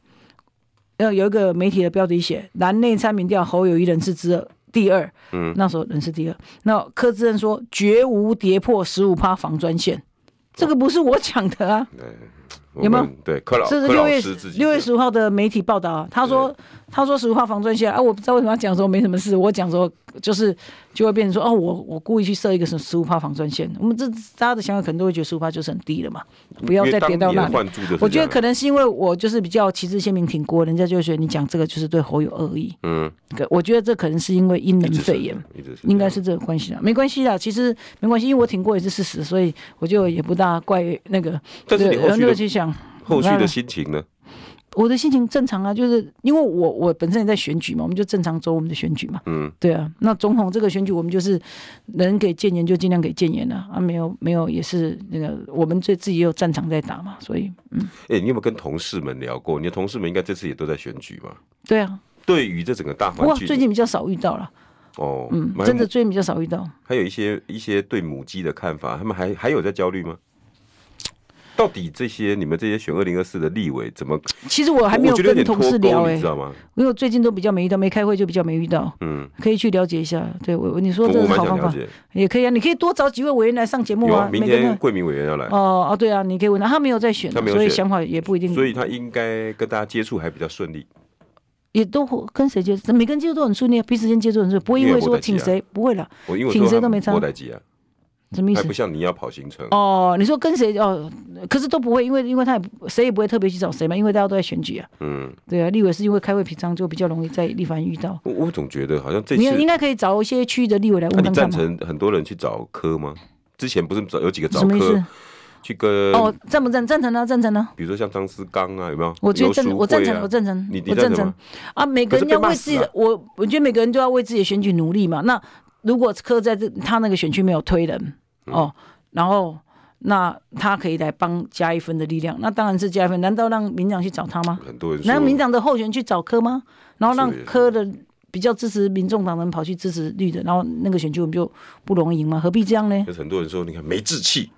[SPEAKER 2] 呃，有一个媒体的标题写“蓝内参民调侯友谊人是之二第二”，嗯，那时候人是第二。那柯志恩说绝无跌破十五趴防专线，这个不是我讲的啊，
[SPEAKER 1] 我
[SPEAKER 2] 有没有
[SPEAKER 1] 们？对，柯老
[SPEAKER 2] 这是
[SPEAKER 1] 哦柯
[SPEAKER 2] 六
[SPEAKER 1] 老
[SPEAKER 2] 月
[SPEAKER 1] 师自己
[SPEAKER 2] 六月
[SPEAKER 1] 的
[SPEAKER 2] 十五号的媒体报道啊。他说他说十五趴防专线啊，我不知道为什么要讲说没什么事，我讲说就是就会变成说哦，我我故意去设一个什么十五趴防专线，我们这大家的想法可能都会觉得十五趴就是很低了嘛，不要
[SPEAKER 1] 因为
[SPEAKER 2] 再跌
[SPEAKER 1] 当
[SPEAKER 2] 到那
[SPEAKER 1] 年
[SPEAKER 2] 里。
[SPEAKER 1] 换柱的是这样，
[SPEAKER 2] 我觉得可能是因为我就是比较旗帜鲜明挺郭，人家就会觉得你讲这个就是对侯有恶意。
[SPEAKER 1] 嗯，
[SPEAKER 2] 可我觉得这可能是因为因人
[SPEAKER 1] 一直
[SPEAKER 2] 肺炎，
[SPEAKER 1] 是，一直是
[SPEAKER 2] 应该是这个关系啦。啊没关系啦，其实没关系，因为我挺过也是事实，所以我就也不大怪那个。
[SPEAKER 1] 但是你
[SPEAKER 2] 对
[SPEAKER 1] 后续
[SPEAKER 2] 那
[SPEAKER 1] 的
[SPEAKER 2] 个去想
[SPEAKER 1] 啊后续
[SPEAKER 2] 当
[SPEAKER 1] 的
[SPEAKER 2] 然
[SPEAKER 1] 心情呢？
[SPEAKER 2] 我的心情正常啊，就是因为我我本身也在选举嘛，我们就正常走我们的选举嘛。
[SPEAKER 1] 嗯，
[SPEAKER 2] 对啊，那总统这个选举，我们就是能给谏言就尽量给谏言了啊没有没有也是那个我们这自己也有战场在打嘛，所以
[SPEAKER 1] 哎、你有没有跟同事们聊过？你的同事们应该这次也都在选举嘛？
[SPEAKER 2] 对啊，
[SPEAKER 1] 对于这整个大
[SPEAKER 2] 不过
[SPEAKER 1] 环境，
[SPEAKER 2] 最近比较少遇到了。
[SPEAKER 1] 哦，
[SPEAKER 2] 嗯，
[SPEAKER 1] 蛮
[SPEAKER 2] 真的最近比较少遇到。
[SPEAKER 1] 还有一些一些对母鸡的看法，他们还还有在焦虑吗？到底这些你们这些选二零二四的立委怎么？
[SPEAKER 2] 其实我还
[SPEAKER 1] 我
[SPEAKER 2] 没有
[SPEAKER 1] 觉得有
[SPEAKER 2] 跟
[SPEAKER 1] 点
[SPEAKER 2] 同
[SPEAKER 1] 脱
[SPEAKER 2] 事聊
[SPEAKER 1] 钩，
[SPEAKER 2] 哎、
[SPEAKER 1] 你知道吗？
[SPEAKER 2] 因为我最近都比较没遇到，没开会就比较没遇到，
[SPEAKER 1] 嗯，
[SPEAKER 2] 可以去了解一下。对我，我你说
[SPEAKER 1] 我
[SPEAKER 2] 这
[SPEAKER 1] 我
[SPEAKER 2] 是
[SPEAKER 1] 蛮
[SPEAKER 2] 好
[SPEAKER 1] 想
[SPEAKER 2] 方
[SPEAKER 1] 了
[SPEAKER 2] 法，
[SPEAKER 1] 解。
[SPEAKER 2] 也可以啊。你可以多找几位委员来上节目
[SPEAKER 1] 有
[SPEAKER 2] 啊
[SPEAKER 1] 啊，，明
[SPEAKER 2] 每个
[SPEAKER 1] 天
[SPEAKER 2] 人
[SPEAKER 1] 桂明委员要来，
[SPEAKER 2] 哦哦，对啊，你可以问他，他没有在选啊、
[SPEAKER 1] 他没有
[SPEAKER 2] 所以
[SPEAKER 1] 选
[SPEAKER 2] 想法也不一定，
[SPEAKER 1] 所以他应该跟大家接触还比较顺利。
[SPEAKER 2] 也都跟谁接触，每个人接触都很顺利，啊，彼此间接触很顺利，不会因为说
[SPEAKER 1] 啊
[SPEAKER 2] 请谁，不会了，
[SPEAKER 1] 我因为我
[SPEAKER 2] 请
[SPEAKER 1] 说
[SPEAKER 2] 谁
[SPEAKER 1] 他
[SPEAKER 2] 都没差
[SPEAKER 1] 我来急啊，
[SPEAKER 2] 什么意
[SPEAKER 1] 还
[SPEAKER 2] 思
[SPEAKER 1] 不？像你要跑行程。
[SPEAKER 2] 哦，你说跟谁哦？可是都不会，因为因为他也不谁也不会特别去找谁嘛，因为大家都在选举啊。
[SPEAKER 1] 嗯，
[SPEAKER 2] 对啊，立委是因为开会平常就比较容易在立法院遇到。
[SPEAKER 1] 我我总觉得好像这
[SPEAKER 2] 你有
[SPEAKER 1] 次
[SPEAKER 2] 应该可以找一些区域的立委来
[SPEAKER 1] 那
[SPEAKER 2] 问
[SPEAKER 1] 你
[SPEAKER 2] 看
[SPEAKER 1] 赞
[SPEAKER 2] 看嘛。
[SPEAKER 1] 成很多人去找科吗？之前不是找有几个找呃
[SPEAKER 2] 什么意
[SPEAKER 1] 科
[SPEAKER 2] 思？
[SPEAKER 1] 去跟，
[SPEAKER 2] 哦，赞不赞？赞成啊，赞成啊！
[SPEAKER 1] 比如说像张思刚啊，有没有？
[SPEAKER 2] 我觉得
[SPEAKER 1] 游淑
[SPEAKER 2] 赞，
[SPEAKER 1] 慧啊
[SPEAKER 2] 我赞成，我赞成
[SPEAKER 1] 你，你
[SPEAKER 2] 我
[SPEAKER 1] 赞
[SPEAKER 2] 赞
[SPEAKER 1] 成
[SPEAKER 2] 成
[SPEAKER 1] 吗？
[SPEAKER 2] 啊！每个人
[SPEAKER 1] 可是
[SPEAKER 2] 要
[SPEAKER 1] 被骂
[SPEAKER 2] 为
[SPEAKER 1] 死
[SPEAKER 2] 自己
[SPEAKER 1] 了
[SPEAKER 2] 的，我我觉得每个人都要为自己的选举努力嘛。那如果柯在这他那个选区没有推人
[SPEAKER 1] 嗯
[SPEAKER 2] 哦，然后那他可以来帮加一分的力量，那当然是加一分。难道让民长去找他吗？
[SPEAKER 1] 很多人
[SPEAKER 2] 难道
[SPEAKER 1] 说
[SPEAKER 2] 民长的候选人去找柯吗？然后让
[SPEAKER 1] 是也是
[SPEAKER 2] 柯的比较支持民众党的人跑去支持绿的，然后那个选区我们就不容易赢吗？何必这样呢？
[SPEAKER 1] 有很多人说，你看没志气，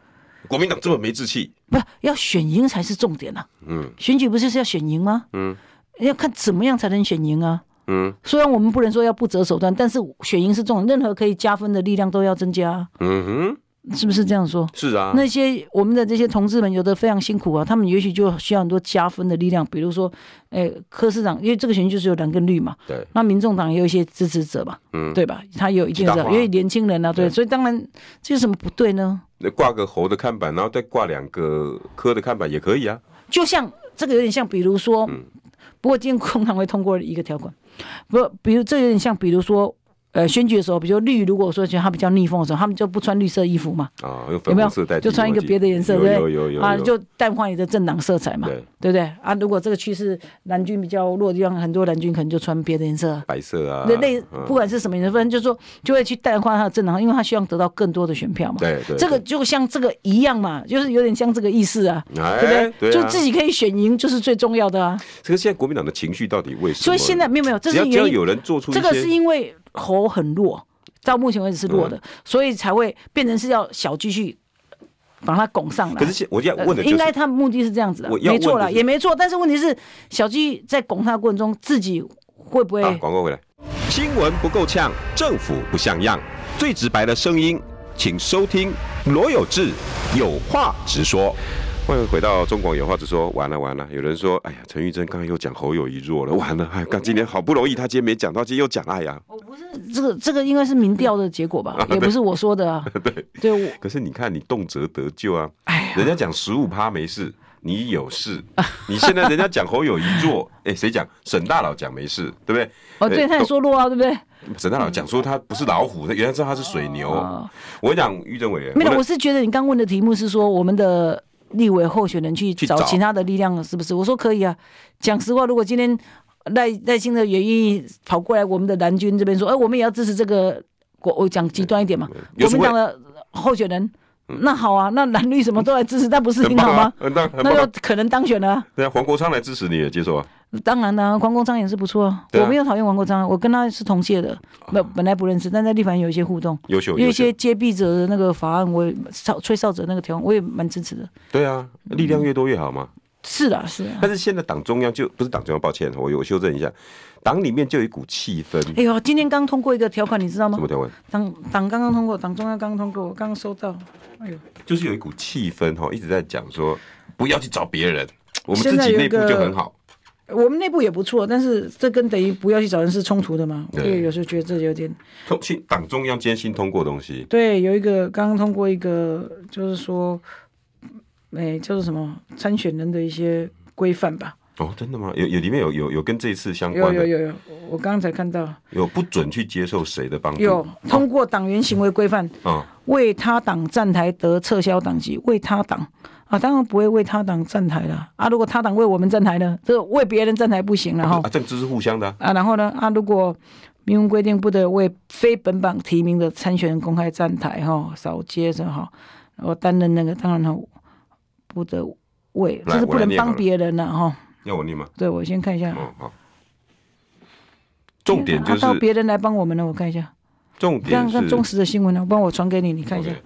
[SPEAKER 1] 国民党这么没志气，
[SPEAKER 2] 不要选赢才是重点啊！
[SPEAKER 1] 嗯
[SPEAKER 2] 选举不就是要选赢吗？
[SPEAKER 1] 嗯，
[SPEAKER 2] 要看怎么样才能选赢啊。
[SPEAKER 1] 嗯
[SPEAKER 2] 虽然我们不能说要不择手段，但是选赢是重点，任何可以加分的力量都要增加啊，
[SPEAKER 1] 嗯哼，
[SPEAKER 2] 是不是这样说？
[SPEAKER 1] 是啊，
[SPEAKER 2] 那些我们的这些同志们，有的非常辛苦啊，他们也许就需要很多加分的力量，比如说，哎、柯市长，因为这个选举就是有蓝跟绿嘛，
[SPEAKER 1] 对，
[SPEAKER 2] 那民众党也有一些支持者嘛，
[SPEAKER 1] 嗯，
[SPEAKER 2] 对吧？他也有一
[SPEAKER 1] 其
[SPEAKER 2] 定
[SPEAKER 1] 他
[SPEAKER 2] 的，
[SPEAKER 1] 话
[SPEAKER 2] 因为年轻人啊，对，
[SPEAKER 1] 对
[SPEAKER 2] 所以当然这有什么不对呢？
[SPEAKER 1] 那挂个猴的看板，然后再挂两个科的看板也可以啊，嗯
[SPEAKER 2] 就像这个有点像，比如说，不过今天空常会通过一个条款，不，比如这有点像，比如说，呃，选举的时候，比如说绿，如果说觉得他比较逆风的时候，他们就不穿绿色衣服嘛，
[SPEAKER 1] 啊，用
[SPEAKER 2] 有
[SPEAKER 1] 粉
[SPEAKER 2] 没有
[SPEAKER 1] 红色代替，
[SPEAKER 2] 就穿一个别的颜色，
[SPEAKER 1] 有
[SPEAKER 2] 对
[SPEAKER 1] 有
[SPEAKER 2] 不对？
[SPEAKER 1] 有有
[SPEAKER 2] 啊，
[SPEAKER 1] 有
[SPEAKER 2] 就淡化你的政党色彩嘛，
[SPEAKER 1] 对
[SPEAKER 2] 对不对？啊，如果这个趋势蓝军比较弱的地方，很多蓝军可能就穿别的颜色啊，
[SPEAKER 1] 白色啊
[SPEAKER 2] 那，类
[SPEAKER 1] 嗯
[SPEAKER 2] 不管是什么颜色，反正就说就会去淡化他的政党，因为他希望得到更多的选票嘛。
[SPEAKER 1] 对对，
[SPEAKER 2] 这个就像这个一样嘛，就是有点像这个意思啊，
[SPEAKER 1] 哎
[SPEAKER 2] 对不
[SPEAKER 1] 对啊
[SPEAKER 2] 就自己可以选赢，就是最重要的啊。
[SPEAKER 1] 这个现在国民党的情绪到底为什么？
[SPEAKER 2] 所以现在没有没有，这
[SPEAKER 1] 只
[SPEAKER 2] 是
[SPEAKER 1] 要只要
[SPEAKER 2] 原因
[SPEAKER 1] 有人做出一
[SPEAKER 2] 这个是
[SPEAKER 1] 些
[SPEAKER 2] 因为猴很弱，到目前为止是弱的，
[SPEAKER 1] 嗯
[SPEAKER 2] 所以才会变成是要小继续把它拱上来。
[SPEAKER 1] 可是现我要
[SPEAKER 2] 呃
[SPEAKER 1] 问的就
[SPEAKER 2] 应
[SPEAKER 1] 是啊
[SPEAKER 2] 该他目的是这样子的
[SPEAKER 1] 我，要
[SPEAKER 2] 没错
[SPEAKER 1] 问
[SPEAKER 2] 啦，
[SPEAKER 1] 的是
[SPEAKER 2] 也没错。但是问题是，小鸡在拱他的过程中，自己会不会、
[SPEAKER 1] 啊，广告回来。
[SPEAKER 4] 新闻不够呛，政府不像样，最直白的声音，请收听罗有志有话直说。
[SPEAKER 1] 欢迎回到中广有话直说，完了完了，有人说，哎呀，陈玉珍刚刚又讲侯友谊弱了，完了，哎，刚今天好不容易他今天没讲到，今天又讲，哎呀，
[SPEAKER 2] 我不是这个这个应该是民调的结果吧， 也不是我 说的啊。对，对我
[SPEAKER 1] 可是你看你动辄得咎啊，
[SPEAKER 2] 哎呀，
[SPEAKER 1] 人家讲十五趴没事，你有事，你现在人家讲侯友谊弱， 哎，谁讲？沈大佬讲没事，对不对？
[SPEAKER 2] 哦，对，
[SPEAKER 1] 哎
[SPEAKER 2] 他也说弱啊，对不对？
[SPEAKER 1] 动沈大佬讲
[SPEAKER 2] 嗯
[SPEAKER 1] 说他不是老虎，原来知道他是水牛。
[SPEAKER 2] 哦
[SPEAKER 1] 我跟你讲于政委员，
[SPEAKER 2] 没有，
[SPEAKER 1] 那
[SPEAKER 2] 我是觉得你刚问的题目是说我们的立委候选人去
[SPEAKER 1] 去
[SPEAKER 2] 找
[SPEAKER 1] 找
[SPEAKER 2] 其他的力量，是不是？我说可以啊。讲实话，如果今天赖赖清德也愿意跑过来我们的蓝军这边说，哎、我们也要支持这个国，我讲极端一点嘛，
[SPEAKER 1] 有
[SPEAKER 2] 国
[SPEAKER 1] 什
[SPEAKER 2] 民
[SPEAKER 1] 么
[SPEAKER 2] 党的候选人，那好啊，那蓝绿什么都来支持，那不是
[SPEAKER 1] 很
[SPEAKER 2] 挺
[SPEAKER 1] 棒
[SPEAKER 2] 好
[SPEAKER 1] 啊
[SPEAKER 2] 吗？？
[SPEAKER 1] 很棒，很
[SPEAKER 2] 那
[SPEAKER 1] 棒。
[SPEAKER 2] 就可能当选了啊、
[SPEAKER 1] 对啊，黄国昌来支持你也接受啊？
[SPEAKER 2] 当然啦、黄国昌也是不错啊。
[SPEAKER 1] 对啊
[SPEAKER 2] 我没有讨厌黄国昌，我跟他是同届的，本本来不认识，但在立法院有一些互动，
[SPEAKER 1] 优秀，
[SPEAKER 2] 有
[SPEAKER 1] 优
[SPEAKER 2] 一
[SPEAKER 1] 秀
[SPEAKER 2] 些。接弊者的那个法案，我也少吹哨者那个条文，我也蛮支持的。
[SPEAKER 1] 对啊，力量越多越好嘛。
[SPEAKER 2] 是的，是啊的。
[SPEAKER 1] 但是现在党中央就不是党中央，抱歉，我有修正一下，党里面就有一股气氛。
[SPEAKER 2] 哎呦，今天刚通过一个条款，你知道吗
[SPEAKER 1] 什？么条文？
[SPEAKER 2] 党党刚刚通过，党中央刚通过，我刚刚收到。哎呦，
[SPEAKER 1] 就是有一股气氛哦哈，一直在讲说不要去找别人，我们
[SPEAKER 2] 现
[SPEAKER 1] 自
[SPEAKER 2] 在
[SPEAKER 1] 己
[SPEAKER 2] 有
[SPEAKER 1] 内部
[SPEAKER 2] 个
[SPEAKER 1] 就很好。
[SPEAKER 2] 我们内部也不错，但是这跟等于不要去找人是冲突的嘛。
[SPEAKER 1] 对
[SPEAKER 2] 对，有时候觉得这有点
[SPEAKER 1] 通新党中央今天新通过的东西，
[SPEAKER 2] 对。有一个刚刚通过一个，就是说，哎，就是什么参选人的一些规范吧。
[SPEAKER 1] 哦，真的吗？有有里面有有有跟这一次相
[SPEAKER 2] 有
[SPEAKER 1] 关
[SPEAKER 2] 有
[SPEAKER 1] 的，有
[SPEAKER 2] 有有，我刚才看到
[SPEAKER 1] 不准去接受谁的帮助，
[SPEAKER 2] 有通过党员行为规范，
[SPEAKER 1] 啊、
[SPEAKER 2] 为他党站台得撤销党籍，为他党啊，当然不会为他党站台了啊。如果他党为我们站台呢，这个为别人站台不行了
[SPEAKER 1] 嗯、
[SPEAKER 2] 哈
[SPEAKER 1] 啊，政治是互相的啊、
[SPEAKER 2] 啊。然后呢啊，如果明文规定不得为非本党提名的参选人公开站台哈，少接着哈，然后担任那个当然哈，不得为
[SPEAKER 1] 来
[SPEAKER 2] 就是不
[SPEAKER 1] 我来
[SPEAKER 2] 能
[SPEAKER 1] 念好
[SPEAKER 2] 帮
[SPEAKER 1] 了
[SPEAKER 2] 别人了哈。
[SPEAKER 1] 要我念吗？
[SPEAKER 2] 对，我先看一下，
[SPEAKER 1] 哦，好。重点就
[SPEAKER 2] 啊嗯到
[SPEAKER 1] 是，
[SPEAKER 2] 别人来帮我们了，我看一下。
[SPEAKER 1] 重
[SPEAKER 2] 这样
[SPEAKER 1] 点
[SPEAKER 2] 看忠
[SPEAKER 1] 是，
[SPEAKER 2] 实的新闻呢，帮我传给你，你看一下
[SPEAKER 1] OK。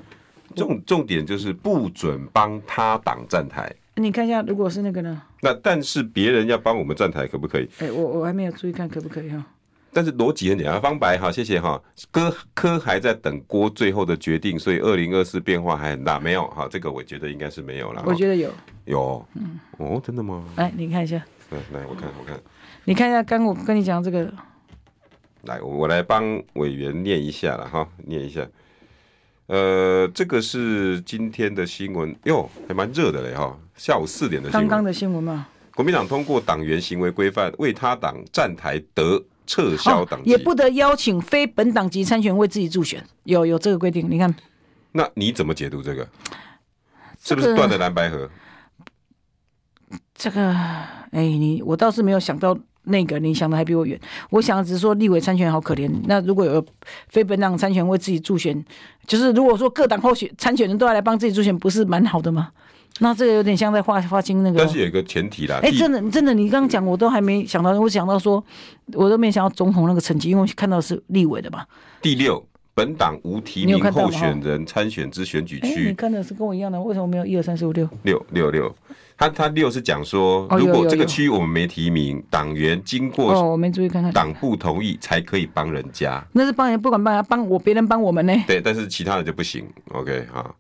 [SPEAKER 1] 重重点就是不准帮他党站台。
[SPEAKER 2] 你看一下，如果是那个呢？
[SPEAKER 1] 那但是别人要帮我们站台，可不可以？
[SPEAKER 2] 哎、我我还没有注意看，可不可以哈？
[SPEAKER 1] 但是逻辑很简单，方白哈，谢谢哈。哥科还在等郭最后的决定，所以二零二四变化还很大，没有哈，这个我觉得应该是没有了。
[SPEAKER 2] 我
[SPEAKER 1] 得
[SPEAKER 2] 觉嗯得有，
[SPEAKER 1] 有，哦，真的吗？
[SPEAKER 2] 来你看一下，
[SPEAKER 1] 来来，我看我看，
[SPEAKER 2] 你看一下，刚我跟你讲这个，
[SPEAKER 1] 来我我来帮委员念一下了哈，念一下。呃，这个是今天的新闻哟，还蛮热的嘞哈，下午四点的新
[SPEAKER 2] 刚
[SPEAKER 1] 闻。
[SPEAKER 2] 刚的新闻嘛，
[SPEAKER 1] 国民党通过党员行为规范，为他党站台得撤销党籍。
[SPEAKER 2] 哦也不得邀请非本党籍参选为自己助选，有有这个规定，你看
[SPEAKER 1] 那你怎么解读这个？是不
[SPEAKER 2] 这
[SPEAKER 1] 是
[SPEAKER 2] 个
[SPEAKER 1] 断了蓝白河？
[SPEAKER 2] 这个，哎、你我倒是没有想到。那个你想的还比我远，我想的只是说立委参选好可怜。那如果有非本党参选为自己助选，就是如果说各党候选参选人都要来帮自己助选，不是蛮好的吗？那这个有点像在划划清那个。
[SPEAKER 1] 但是有一个前提啦，
[SPEAKER 2] 哎、
[SPEAKER 1] 第
[SPEAKER 2] 真的，真的，你刚刚讲我都还没想到，我想到说，我都没想到总统那个成绩，因为我看到是立委的嘛。
[SPEAKER 1] 第六，本党无提
[SPEAKER 2] 你有
[SPEAKER 1] 名
[SPEAKER 2] 看到吗
[SPEAKER 1] 候选人参选之选举
[SPEAKER 2] 哎、你
[SPEAKER 1] 区
[SPEAKER 2] 看的是跟我一样的，为什么没有一二三四五六？
[SPEAKER 1] 六六六，他他六是讲说，
[SPEAKER 2] 哦有
[SPEAKER 1] 如果
[SPEAKER 2] 有
[SPEAKER 1] 这个
[SPEAKER 2] 有
[SPEAKER 1] 区我们没提名，党员经
[SPEAKER 2] 哦，
[SPEAKER 1] 过
[SPEAKER 2] 我没注意看 看。
[SPEAKER 1] 党部同意才可以帮人家，
[SPEAKER 2] 那是帮人，不管帮人，帮我别人帮我们呢。
[SPEAKER 1] 对，但是其他人就不行。OK 啊。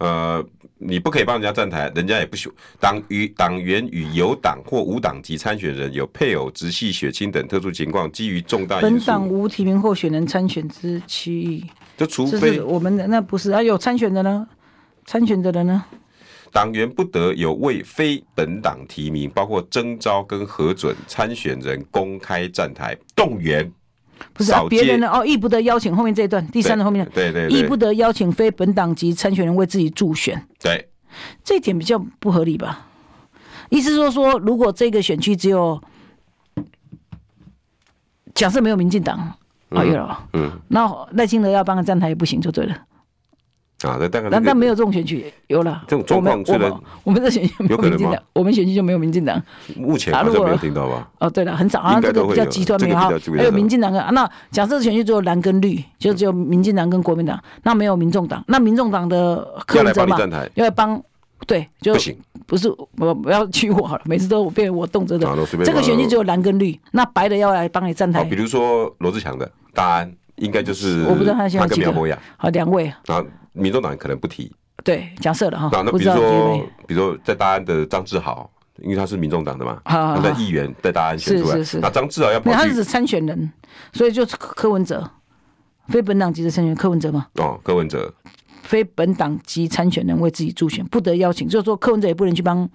[SPEAKER 1] 呃，你不可以帮人家站台，人家也不许党与党员与有党或无党籍参选人有配偶、直系血亲等特殊情况，基于重大
[SPEAKER 2] 本
[SPEAKER 1] 啊因
[SPEAKER 2] 党
[SPEAKER 1] 素，
[SPEAKER 2] 无提名候选人参选之其意，
[SPEAKER 1] 就除
[SPEAKER 2] 这
[SPEAKER 1] 非
[SPEAKER 2] 是我们的那不是啊？有参选的呢？参选的人呢？
[SPEAKER 1] 党员不得有为非本党提名，包括征召跟核准参选人公开站台动员。
[SPEAKER 2] 不是啊
[SPEAKER 1] 扫街
[SPEAKER 2] 别人的哦，亦不得邀请后面这一段，第三的后面的，
[SPEAKER 1] 对对
[SPEAKER 2] 亦
[SPEAKER 1] 对
[SPEAKER 2] 不得邀请非本党籍参选人为自己助选，
[SPEAKER 1] 对，
[SPEAKER 2] 这一点比较不合理吧？意思说说，如果这个选区只有假设没有民进党，哦，有了，
[SPEAKER 1] 嗯
[SPEAKER 2] 那赖清德要帮他站台也不行，就对了。
[SPEAKER 1] 啊，那当然
[SPEAKER 2] 那
[SPEAKER 1] 这个
[SPEAKER 2] 但没有这种选区，有了
[SPEAKER 1] 这种状况
[SPEAKER 2] 我
[SPEAKER 1] 虽
[SPEAKER 2] 们
[SPEAKER 1] 然
[SPEAKER 2] 我们我们这选区没
[SPEAKER 1] 有
[SPEAKER 2] 有
[SPEAKER 1] 可能
[SPEAKER 2] 民进
[SPEAKER 1] 吗
[SPEAKER 2] 党，我们选区就没有民进党。
[SPEAKER 1] 目前
[SPEAKER 2] 啊
[SPEAKER 1] 好
[SPEAKER 2] 如
[SPEAKER 1] 像
[SPEAKER 2] 果
[SPEAKER 1] 没有听到吧？
[SPEAKER 2] 哦，对了，很少啊，
[SPEAKER 1] 应该
[SPEAKER 2] 这
[SPEAKER 1] 都
[SPEAKER 2] 个
[SPEAKER 1] 会
[SPEAKER 2] 比较
[SPEAKER 1] 有
[SPEAKER 2] 极端
[SPEAKER 1] 这
[SPEAKER 2] 没
[SPEAKER 1] 个比
[SPEAKER 2] 有哈
[SPEAKER 1] 较极，端
[SPEAKER 2] 还有
[SPEAKER 1] 的嗯
[SPEAKER 2] 民进党跟啊那假设选区只有蓝跟绿，就只有民进党跟国民党，那没有民众党，那民众党的柯
[SPEAKER 1] 要
[SPEAKER 2] 文
[SPEAKER 1] 来
[SPEAKER 2] 哲
[SPEAKER 1] 帮你
[SPEAKER 2] 嘛，
[SPEAKER 1] 站台，
[SPEAKER 2] 要来帮，对，就
[SPEAKER 1] 不行，
[SPEAKER 2] 不是我不要娶我好了，每次都变我动辄的
[SPEAKER 1] 啊都随便。
[SPEAKER 2] 这个
[SPEAKER 1] 吧
[SPEAKER 2] 选区只有蓝跟绿，那白的要来帮你站
[SPEAKER 1] 好，哦
[SPEAKER 2] 台
[SPEAKER 1] 比，如说罗志祥的答案，应该就是
[SPEAKER 2] 我不知道他现在
[SPEAKER 1] 跟
[SPEAKER 2] 几
[SPEAKER 1] 苗
[SPEAKER 2] 个
[SPEAKER 1] 博雅，
[SPEAKER 2] 好两位，
[SPEAKER 1] 然后民众党可能不提，
[SPEAKER 2] 对，假设了哈
[SPEAKER 1] 那，那
[SPEAKER 2] 哦不
[SPEAKER 1] 比
[SPEAKER 2] 知
[SPEAKER 1] 如
[SPEAKER 2] 道有没
[SPEAKER 1] 说
[SPEAKER 2] 有，
[SPEAKER 1] 比如说在大安的张志豪，因为他是民众党的嘛，
[SPEAKER 2] 啊
[SPEAKER 1] 他在议员在大安选
[SPEAKER 2] 是
[SPEAKER 1] 出来
[SPEAKER 2] 是是，
[SPEAKER 1] 那张志豪要
[SPEAKER 2] 没
[SPEAKER 1] 跑
[SPEAKER 2] 有，他
[SPEAKER 1] 去
[SPEAKER 2] 是指参选人，所以就是柯柯文哲，非本党籍的参选人柯文哲嘛。
[SPEAKER 1] 哦，柯文哲，
[SPEAKER 2] 非本党籍参选人为自己助选，不得邀请，就是说柯文哲也不能去帮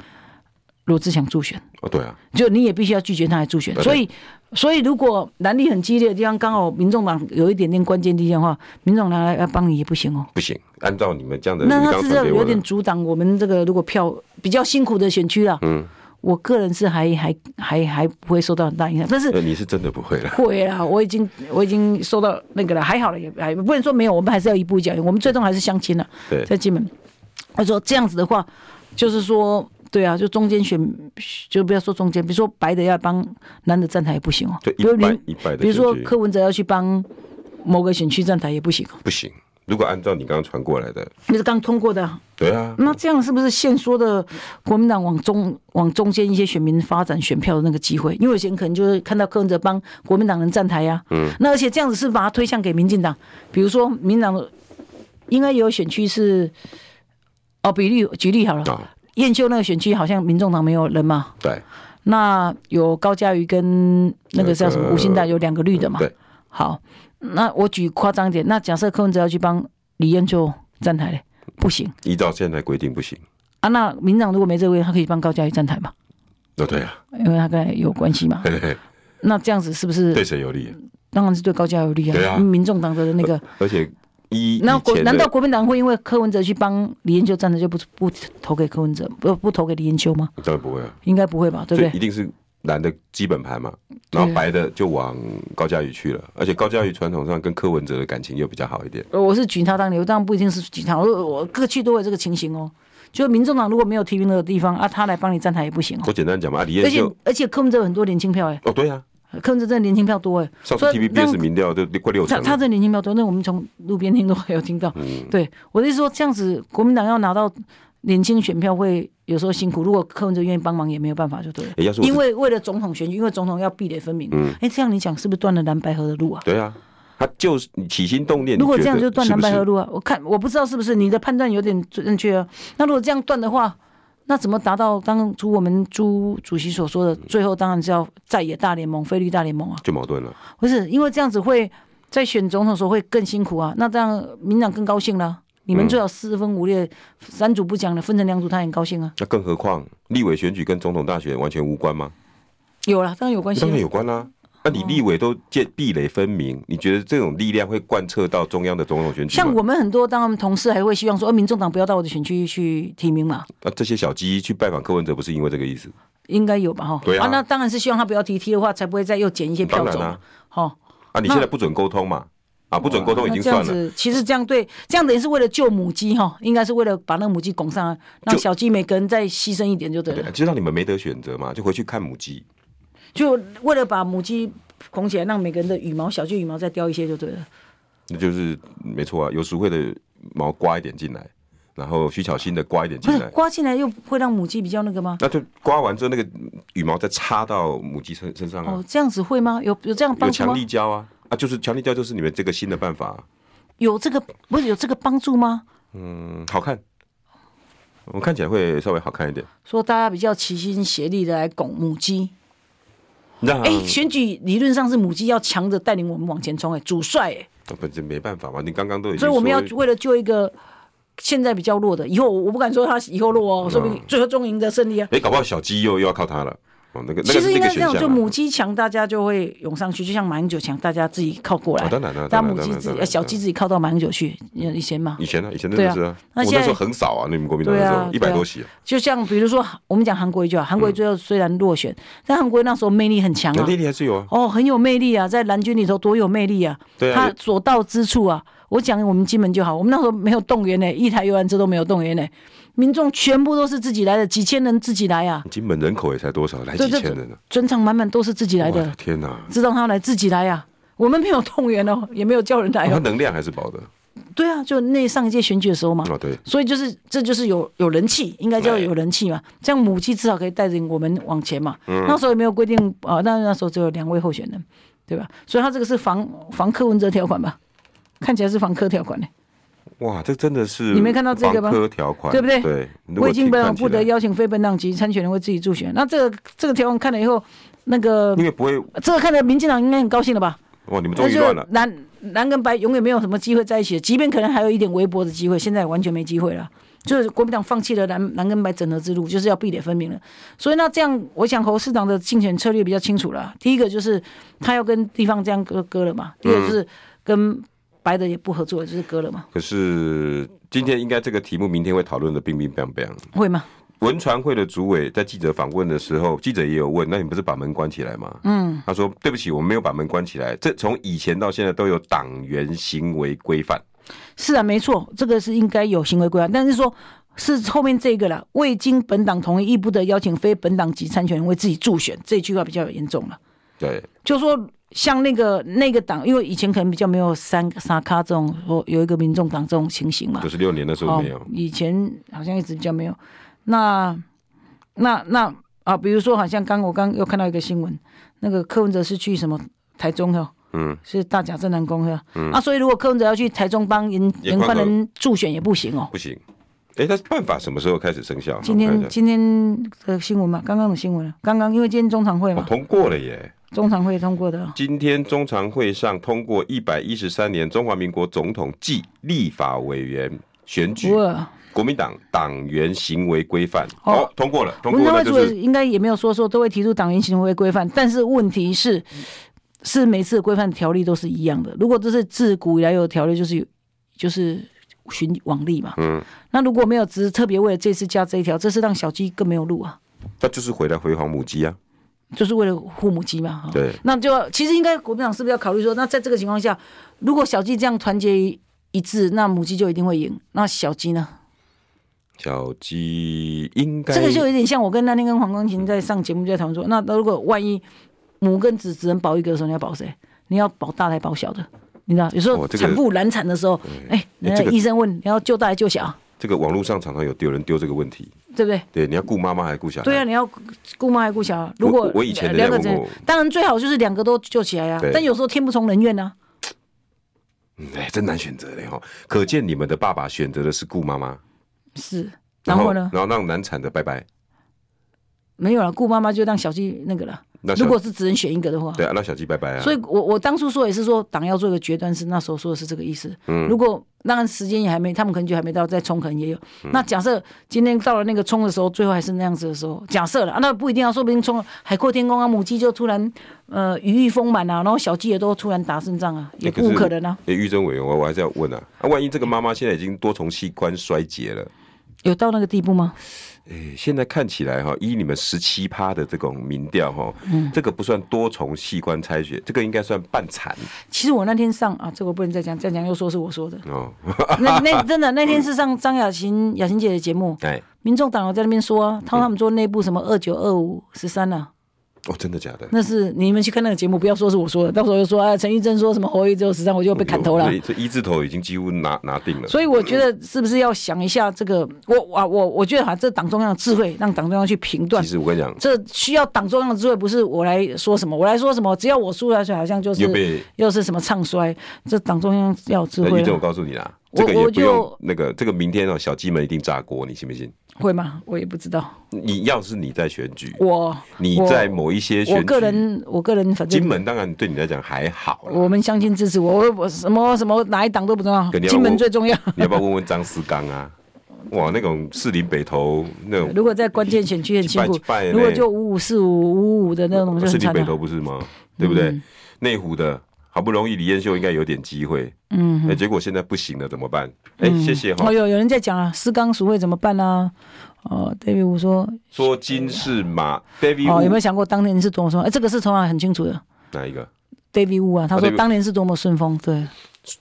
[SPEAKER 2] 罗志祥助选，
[SPEAKER 1] 哦对啊，
[SPEAKER 2] 就你也必须要拒绝他来助选。
[SPEAKER 1] 对
[SPEAKER 2] 所以，所以如果蓝绿很激烈的地方，刚好民众党有一点点关键力量的话，民众党来来帮你也不行哦。
[SPEAKER 1] 不行，按照你们这样的，
[SPEAKER 2] 那
[SPEAKER 1] 你
[SPEAKER 2] 他
[SPEAKER 1] 刚
[SPEAKER 2] 是
[SPEAKER 1] 传
[SPEAKER 2] 要
[SPEAKER 1] 给
[SPEAKER 2] 有
[SPEAKER 1] 我的
[SPEAKER 2] 点阻挡我们这个如果票比较辛苦的选区啦。嗯，我个人是还还还还不会受到很大影响，但是
[SPEAKER 1] 呃，你是真的不会了，
[SPEAKER 2] 会啦，我已经我已经收到那个了，还好了，也还不能说没有，我们还是要一步一脚印，我们最终还是相亲了，
[SPEAKER 1] 对
[SPEAKER 2] 在金门。他说这样子的话，就是说，对啊，就中间选，就不要说中间，比如说白的要帮蓝的站台也不行哦，
[SPEAKER 1] 就
[SPEAKER 2] 比如
[SPEAKER 1] 一
[SPEAKER 2] 你
[SPEAKER 1] 半，一半的
[SPEAKER 2] 比如
[SPEAKER 1] 选
[SPEAKER 2] 说
[SPEAKER 1] 举
[SPEAKER 2] 柯文哲要去帮某个选区站台也不行哦，
[SPEAKER 1] 不行，如果按照你刚刚传过来的，
[SPEAKER 2] 那是刚通过的啊、
[SPEAKER 1] 对啊，
[SPEAKER 2] 那这样是不是限缩的国民党往中往中间一些选民发展选票的那个机会？因为有些人可能就是看到柯文哲帮国民党人站台呀、嗯，那而且这样子是把它推向给民进党，比如说民进党的应该也有选区是，哦，比例举例好了，
[SPEAKER 1] 啊，
[SPEAKER 2] 燕秀那个选区好像民众党没有人嘛，
[SPEAKER 1] 对
[SPEAKER 2] 那有高嘉瑜跟那个叫什
[SPEAKER 1] 那
[SPEAKER 2] 么
[SPEAKER 1] 个
[SPEAKER 2] 吴兴代有两个绿的嘛，
[SPEAKER 1] 对，
[SPEAKER 2] 好，那我举夸张一点，那假设柯文哲要去帮李燕秀站台嘞，不行。
[SPEAKER 1] 依照现在规定不行，
[SPEAKER 2] 啊，那民长如果没这个位，他可以帮高嘉瑜站台嘛，
[SPEAKER 1] 哦对啊，
[SPEAKER 2] 因为他跟他有关系嘛。
[SPEAKER 1] 嘿嘿嘿
[SPEAKER 2] 那这样子是不是
[SPEAKER 1] 对谁有利？
[SPEAKER 2] 当然是对高嘉瑜有利啊？
[SPEAKER 1] 对啊
[SPEAKER 2] 民众党的那个，
[SPEAKER 1] 而且一
[SPEAKER 2] 那国难道
[SPEAKER 1] 的
[SPEAKER 2] 国民党会因为柯文哲去帮李彦秋站台就不不投给柯文哲，不不投给李彦秋吗？
[SPEAKER 1] 当然不会啊。
[SPEAKER 2] 应该不会吧，对不
[SPEAKER 1] 所以
[SPEAKER 2] 对？
[SPEAKER 1] 一定是蓝的基本盘嘛，然后白的就往高嘉瑜去了，而且高嘉瑜传统上跟柯文哲的感情又比较好一点，
[SPEAKER 2] 呃我是举他当理由，当然不一定是举他，我我各区都有这个情形哦。就民众党如果没有提名的地方啊，他来帮你站台也不行哦。
[SPEAKER 1] 我简单讲嘛，啊李
[SPEAKER 2] 而
[SPEAKER 1] 彦
[SPEAKER 2] 且
[SPEAKER 1] 秀，
[SPEAKER 2] 而且柯文哲有很多年轻票哎，
[SPEAKER 1] 哦对啊，
[SPEAKER 2] 柯文哲真的年轻票多哎，
[SPEAKER 1] 上次
[SPEAKER 2] 所以让
[SPEAKER 1] TVBS 民调都快六
[SPEAKER 2] 他
[SPEAKER 1] 成
[SPEAKER 2] 他
[SPEAKER 1] 了，
[SPEAKER 2] 这年轻比较多，那我们从路边听都还有听到。
[SPEAKER 1] 嗯
[SPEAKER 2] 对我的意思说，这样子国民党要拿到年轻选票会有时候辛苦，如果柯文哲愿意帮忙，也没有办法就对了。
[SPEAKER 1] 诶要是我是嗯
[SPEAKER 2] 因为为了总统选举，因为总统要壁垒分明。哎、这样你讲是不是断了蓝白河的路啊？
[SPEAKER 1] 对啊，他就是你起心动念，
[SPEAKER 2] 如果
[SPEAKER 1] 你
[SPEAKER 2] 这
[SPEAKER 1] 觉得
[SPEAKER 2] 样就断
[SPEAKER 1] 是
[SPEAKER 2] 蓝
[SPEAKER 1] 不
[SPEAKER 2] 白河
[SPEAKER 1] 是？
[SPEAKER 2] 路啊？我看我不知道是不是你的判断有点正确啊。那如果这样断的话，那怎么达到当初我们朱主席所
[SPEAKER 1] 嗯
[SPEAKER 2] 说的，最后当然是要在野大联盟、菲律大联盟啊？
[SPEAKER 1] 就矛盾了，
[SPEAKER 2] 不是因为这样子会在选总统的时候会更辛苦啊，那这样民党更高兴啦。你们最
[SPEAKER 1] 嗯
[SPEAKER 2] 好四分五裂，三组不讲了，分成两组，他也很高兴啊。
[SPEAKER 1] 那更何况立委选举跟总统大选完全无关吗？
[SPEAKER 2] 有啦，当然有关系
[SPEAKER 1] 当
[SPEAKER 2] 啊、
[SPEAKER 1] 然有关啦、那
[SPEAKER 2] 哦
[SPEAKER 1] 你立委都见壁垒分明，你觉得这种力量会贯彻到中央的总统选举吗？
[SPEAKER 2] 像我们很多当他们同事还会希望说，呃，民众党不要到我的选区去提名嘛，
[SPEAKER 1] 那啊这些小鸡去拜访柯文哲，不是因为这个意思？
[SPEAKER 2] 应该有吧？哈，
[SPEAKER 1] 对啊
[SPEAKER 2] 那当然是希望他不要提，提的话才不会再又捡一些票
[SPEAKER 1] 当然
[SPEAKER 2] 走
[SPEAKER 1] 啦、
[SPEAKER 2] 嘛。哈，
[SPEAKER 1] 啊，你
[SPEAKER 2] 那
[SPEAKER 1] 现在不准沟通嘛？啊，不准沟通已
[SPEAKER 2] 那
[SPEAKER 1] 经
[SPEAKER 2] 这样
[SPEAKER 1] 算了，
[SPEAKER 2] 子，其实这样对，这样等于是为了救母鸡哈，应该是为了把那个母鸡拱上来，让
[SPEAKER 1] 就
[SPEAKER 2] 小鸡每个人再牺牲一点就对了
[SPEAKER 1] 对，。啊就让你们没得选择嘛，就回去看母鸡。
[SPEAKER 2] 就为了把母鸡拱起来，让每个人的羽毛、小鸡羽毛再叼一些就对了。
[SPEAKER 1] 那就是没错啊，有时会的毛刮一点进来，然后徐巧芯的刮一点
[SPEAKER 2] 不
[SPEAKER 1] 进
[SPEAKER 2] 是
[SPEAKER 1] 来，
[SPEAKER 2] 刮哎进来又会让母鸡比较那个吗？
[SPEAKER 1] 那就刮完之后那个羽毛再插到母鸡身身上啊，
[SPEAKER 2] 哦，这样子会吗？有有这样
[SPEAKER 1] 有
[SPEAKER 2] 帮助
[SPEAKER 1] 强
[SPEAKER 2] 吗？
[SPEAKER 1] 力胶啊，啊，就是强力胶就是你们这个新的办法啊、
[SPEAKER 2] 有这个不是有这个帮助吗？
[SPEAKER 1] 嗯，好看，我看起来会稍微好看一点。
[SPEAKER 2] 说大家比较齐心协力的来拱母鸡。
[SPEAKER 1] 那
[SPEAKER 2] 哎、选举理论上是母鸡要强着
[SPEAKER 1] 哦
[SPEAKER 2] 带领我们往前冲，哎，主帅，哎，
[SPEAKER 1] 啊不这没办法嘛，你刚刚都已经
[SPEAKER 2] 所以我们要
[SPEAKER 1] 说
[SPEAKER 2] 为了救一个现在比较弱的，以后我不敢说他以后弱
[SPEAKER 1] 嗯
[SPEAKER 2] 哦，说不定最后中赢得胜利啊。
[SPEAKER 1] 哎，搞不好小鸡又又要靠它了。哦，那个那
[SPEAKER 2] 其
[SPEAKER 1] 个
[SPEAKER 2] 实
[SPEAKER 1] 是那
[SPEAKER 2] 应
[SPEAKER 1] 个
[SPEAKER 2] 该这
[SPEAKER 1] 选
[SPEAKER 2] 样，
[SPEAKER 1] 项
[SPEAKER 2] 就
[SPEAKER 1] 啊。
[SPEAKER 2] 母鸡强，大家就会涌上去，就像马英九强，大家自己靠过来。
[SPEAKER 1] 哦当然了
[SPEAKER 2] 大家
[SPEAKER 1] 当然
[SPEAKER 2] 母鸡
[SPEAKER 1] 当然
[SPEAKER 2] 自
[SPEAKER 1] 当
[SPEAKER 2] 己，
[SPEAKER 1] 然嗯
[SPEAKER 2] 呃小鸡自己靠到马英九去。你以前嘛
[SPEAKER 1] 以，前呢，以前真
[SPEAKER 2] 对
[SPEAKER 1] 的
[SPEAKER 2] 啊
[SPEAKER 1] 是啊，
[SPEAKER 2] 那
[SPEAKER 1] 我
[SPEAKER 2] 现
[SPEAKER 1] 那
[SPEAKER 2] 在
[SPEAKER 1] 时候很少啊，你们国民党那时
[SPEAKER 2] 对啊
[SPEAKER 1] 候一百
[SPEAKER 2] 对啊
[SPEAKER 1] 多席啊，
[SPEAKER 2] 就像比如说我们讲韩国瑜就好，韩
[SPEAKER 1] 嗯
[SPEAKER 2] 国瑜最后虽然落选，但韩国瑜那时候魅力很强
[SPEAKER 1] 那
[SPEAKER 2] 啊，
[SPEAKER 1] 内力还是有啊。
[SPEAKER 2] 哦，很有魅力啊，在蓝军里头多有魅力啊，
[SPEAKER 1] 对啊
[SPEAKER 2] 他
[SPEAKER 1] 也
[SPEAKER 2] 所到之处啊，我讲我们金门就好，我们那时候没有动员呢、一台游览车都没有动员呢、民众全部都是自己来的，几千人自己来啊，
[SPEAKER 1] 金门人口也才多少，来
[SPEAKER 2] 对
[SPEAKER 1] 几
[SPEAKER 2] 对
[SPEAKER 1] 千人呢。
[SPEAKER 2] 专场满满都是自己来
[SPEAKER 1] 我
[SPEAKER 2] 的
[SPEAKER 1] 的，天哪，
[SPEAKER 2] 知道他来自己来呀、我们没有动 员哦，也没有叫人来
[SPEAKER 1] 它
[SPEAKER 2] 哦。
[SPEAKER 1] 能量还是饱的
[SPEAKER 2] 对啊，就那上一届选举的时候嘛，
[SPEAKER 1] 哦，对，
[SPEAKER 2] 所以就是这就是有有人气，应该叫有人气嘛。这样母鸡至少可以带着我们往前嘛。
[SPEAKER 1] 嗯
[SPEAKER 2] 那时候也没有规定啊，那、那时候只有两位候选人，对吧？所以他这个是防防柯文哲条款吧？看起来是防柯条款呢、
[SPEAKER 1] 哇，这真的是
[SPEAKER 2] 你没看到这个吗
[SPEAKER 1] 防科条款
[SPEAKER 2] 对不对
[SPEAKER 1] 对，如果
[SPEAKER 2] 未经
[SPEAKER 1] 请
[SPEAKER 2] 本党
[SPEAKER 1] 看起
[SPEAKER 2] 不得
[SPEAKER 1] 来，
[SPEAKER 2] 邀请非本党籍参选人为自己助选。那这个这个条款看了以后，那个
[SPEAKER 1] 因为不会
[SPEAKER 2] 这个看着民进党应该很高兴了吧？
[SPEAKER 1] 哇，你们
[SPEAKER 2] 那
[SPEAKER 1] 终于
[SPEAKER 2] 就
[SPEAKER 1] 乱了，
[SPEAKER 2] 蓝蓝跟白永远没有什么机会在一起，即便可能还有一点微薄的机会，现在完全没机会了。就是国民党放弃了蓝蓝跟白整合之路，就是要壁垒分明了。所以那这样，我想侯市长的竞选策略比较清楚了。第一个就是他要跟地方这样割割了嘛，第二个
[SPEAKER 1] 嗯
[SPEAKER 2] 就是跟白的也不合作，就是割了嘛，
[SPEAKER 1] 可是今天应该这个题目，明天会讨论的冰冰冰冰。
[SPEAKER 2] 会吗？
[SPEAKER 1] 文传会的主委在记者访问的时候，记者也有问：“那你不是把门关起来吗？”嗯，他说：“对不起，我们没有把门关起来，这从以前到现在都有党员行为规范。
[SPEAKER 2] 是啊，没错，这个是应该有行为规范，但是说是后面这个了，未经本党同意，亦不得邀请非本党籍参选人为自己助选，这句话比较严重了。”
[SPEAKER 1] 对，
[SPEAKER 2] 就说像那个那个党，因为以前可能比较没有三沙卡这种，说有一个民众党这种情形嘛哦
[SPEAKER 1] 九，十六年的时候没有。
[SPEAKER 2] 以前好像一直比较没有。那那那啊，比如说，好像刚我刚又看到一个新闻，那个柯文哲是去什么台中哟，
[SPEAKER 1] 嗯，
[SPEAKER 2] 是大甲镇南宫哟，嗯、啊，所以如果柯文哲要去台中帮严
[SPEAKER 1] 也
[SPEAKER 2] 严宽
[SPEAKER 1] 宽和
[SPEAKER 2] 仁助选也不行哦。
[SPEAKER 1] 不行。哎，那办法什么时候开始生效？
[SPEAKER 2] 今
[SPEAKER 1] 我看
[SPEAKER 2] 天
[SPEAKER 1] 一下
[SPEAKER 2] 今天的新闻嘛，刚刚的新闻了，啊刚刚因为今天中常会
[SPEAKER 1] 哦
[SPEAKER 2] 嘛，
[SPEAKER 1] 通过了耶。
[SPEAKER 2] 中常会通过的哦。
[SPEAKER 1] 今天中常会上通过一百一十三年中华民国总统暨立法委员选举
[SPEAKER 2] 不过
[SPEAKER 1] 国民党党员行为规范，
[SPEAKER 2] 哦
[SPEAKER 1] 哦，通过了，通
[SPEAKER 2] 文
[SPEAKER 1] 过
[SPEAKER 2] 常
[SPEAKER 1] 了，
[SPEAKER 2] 会
[SPEAKER 1] 就
[SPEAKER 2] 主
[SPEAKER 1] 是
[SPEAKER 2] 委应该也没有说说都会提出党员行为规范，但是问题是，是每次的规范条例都是一样的。如果这是自古以来有的条例，就是有就是循往例嘛。嗯，那如果没有，只是特别为了这次加这一条，这是让小鸡更没有路啊，
[SPEAKER 1] 那就是回来回黄母鸡啊，
[SPEAKER 2] 就是为了护母鸡嘛。哈
[SPEAKER 1] 对，
[SPEAKER 2] 那就其实应该国民党是不是要考虑说，那在这个情况下，如果小鸡这样团结一一致，那母鸡就一定会赢，那小鸡呢？
[SPEAKER 1] 小鸡应该
[SPEAKER 2] 这个就有点像我跟那天跟黄光琴在上节目就在讨论说，那如果万一母跟子只能保一个的时候，你要保谁？你要保大的还保小的？你知道，有时候
[SPEAKER 1] 哦这个
[SPEAKER 2] 产妇难产的时候，哎、人家
[SPEAKER 1] 这个
[SPEAKER 2] 医生问你要救大还救小，
[SPEAKER 1] 这个网络上常常有有人丢这个问题，
[SPEAKER 2] 对不对？
[SPEAKER 1] 对，你要顾妈妈还是顾小孩？
[SPEAKER 2] 对啊，，你要顾妈还顾小啊。如果
[SPEAKER 1] 我我以前人家
[SPEAKER 2] 两个
[SPEAKER 1] 问
[SPEAKER 2] 人
[SPEAKER 1] 过我，
[SPEAKER 2] 当然最好就是两个都救起来啊
[SPEAKER 1] 对。
[SPEAKER 2] 但有时候天不从人愿啊。
[SPEAKER 1] 嗯哎，真难选择嘞哈。可见你们的爸爸选择的是顾妈妈，
[SPEAKER 2] 是，然后呢？
[SPEAKER 1] 然后让难产的拜拜。
[SPEAKER 2] 没有了，顾妈妈就让小鸡那个了。
[SPEAKER 1] 那小
[SPEAKER 2] 如果是只能选一个的话，
[SPEAKER 1] 对啊，让小鸡拜拜啊。
[SPEAKER 2] 哦所以我我当初说也是说党要做一个决断是那时候说的是这个意思。
[SPEAKER 1] 嗯
[SPEAKER 2] 如果当然时间也还没，他们可能就还没到，再冲可能也有。
[SPEAKER 1] 嗯
[SPEAKER 2] 那假设今天到了那个冲的时候，最后还是那样子的时候，假设了、啊那不一定要，说不定冲了海阔天空啊，母鸡就突然呃羽翼丰满啊，然后小鸡也都突然打胜仗啊，也
[SPEAKER 1] 可是
[SPEAKER 2] 不可能啊，
[SPEAKER 1] 哎，玉珍委员，我我还是要问啊，啊，万一这个妈妈现在已经多重器官衰竭了，
[SPEAKER 2] 有到那个地步吗？
[SPEAKER 1] 哎，现在看起来哈，依你们十七趴的这种民调哈，
[SPEAKER 2] 嗯
[SPEAKER 1] 这个不算多重器官拆血，这个应该算半残
[SPEAKER 2] 其实我那天上啊，这个我不能再讲，再讲又说是 我说的。
[SPEAKER 1] 哦。
[SPEAKER 2] 那那真的那天是上张雅琴雅琴姐的节目，
[SPEAKER 1] 哎，
[SPEAKER 2] 民众党有在那边说
[SPEAKER 1] 嗯
[SPEAKER 2] 啊，他说他们做内部什么二九二五十三啊。
[SPEAKER 1] 哦，真的假的？
[SPEAKER 2] 那是你们去看那个节目，不要说是我说的，到时候又说啊，陈玉珍说什么侯友谊只有十三，我就被砍头了
[SPEAKER 1] 所。以这一字头已经几乎拿拿定了。
[SPEAKER 2] 所以我觉得是不是要想一下这个，我我我我觉得哈，这党中央的智慧，让党中央去评断
[SPEAKER 1] 其，实我跟你讲，
[SPEAKER 2] 这需要党中央的智慧，不是我来说什么，我来说什么，只要我输下去，好像就是
[SPEAKER 1] 又被
[SPEAKER 2] 又是什么唱衰，这党中央要有智
[SPEAKER 1] 那
[SPEAKER 2] 慧
[SPEAKER 1] 哎于正，我
[SPEAKER 2] 了。
[SPEAKER 1] 告诉你啦，这个
[SPEAKER 2] 我
[SPEAKER 1] 也
[SPEAKER 2] 我
[SPEAKER 1] 不用
[SPEAKER 2] 就
[SPEAKER 1] 那个，这个明天哦，小鸡们一定炸锅，你信不信？
[SPEAKER 2] 会吗？我也不知道。
[SPEAKER 1] 你要是你在选举，
[SPEAKER 2] 我
[SPEAKER 1] 你
[SPEAKER 2] 我
[SPEAKER 1] 在某一些选
[SPEAKER 2] 我
[SPEAKER 1] 举，
[SPEAKER 2] 个人我个人反正
[SPEAKER 1] 金门当然对你来讲还好啦。
[SPEAKER 2] 我们相信支持我，我我什么什么哪一党都不重要
[SPEAKER 1] 对你，要
[SPEAKER 2] 金门
[SPEAKER 1] 我
[SPEAKER 2] 最重要。
[SPEAKER 1] 你要不要问问张思刚 啊？哇，那种士林北投那种，
[SPEAKER 2] 如果在关键选区很辛
[SPEAKER 1] 一
[SPEAKER 2] 苦
[SPEAKER 1] 半一半，
[SPEAKER 2] 如果
[SPEAKER 1] 嘞
[SPEAKER 2] 就五五四五五五的嗯那种就
[SPEAKER 1] 士
[SPEAKER 2] 很
[SPEAKER 1] 林
[SPEAKER 2] 惨
[SPEAKER 1] 北投
[SPEAKER 2] 了。
[SPEAKER 1] 不是吗？对不对？内湖的好不容易李彦秀应该有点机会，
[SPEAKER 2] 嗯，
[SPEAKER 1] 哎，结果现在不行了，怎么办？哎，谢谢哈
[SPEAKER 2] 哦，。有有人在讲啊，施刚赎会怎么办啊？哦，David 吴说，
[SPEAKER 1] 说金是马，David
[SPEAKER 2] 哦，有没有
[SPEAKER 1] 有
[SPEAKER 2] 想过当年是多么顺风？哎，这个是头脑很清楚的。
[SPEAKER 1] 哪一个？
[SPEAKER 2] David Wu 啊，他说
[SPEAKER 1] David Wu
[SPEAKER 2] 当年是多么顺风，对，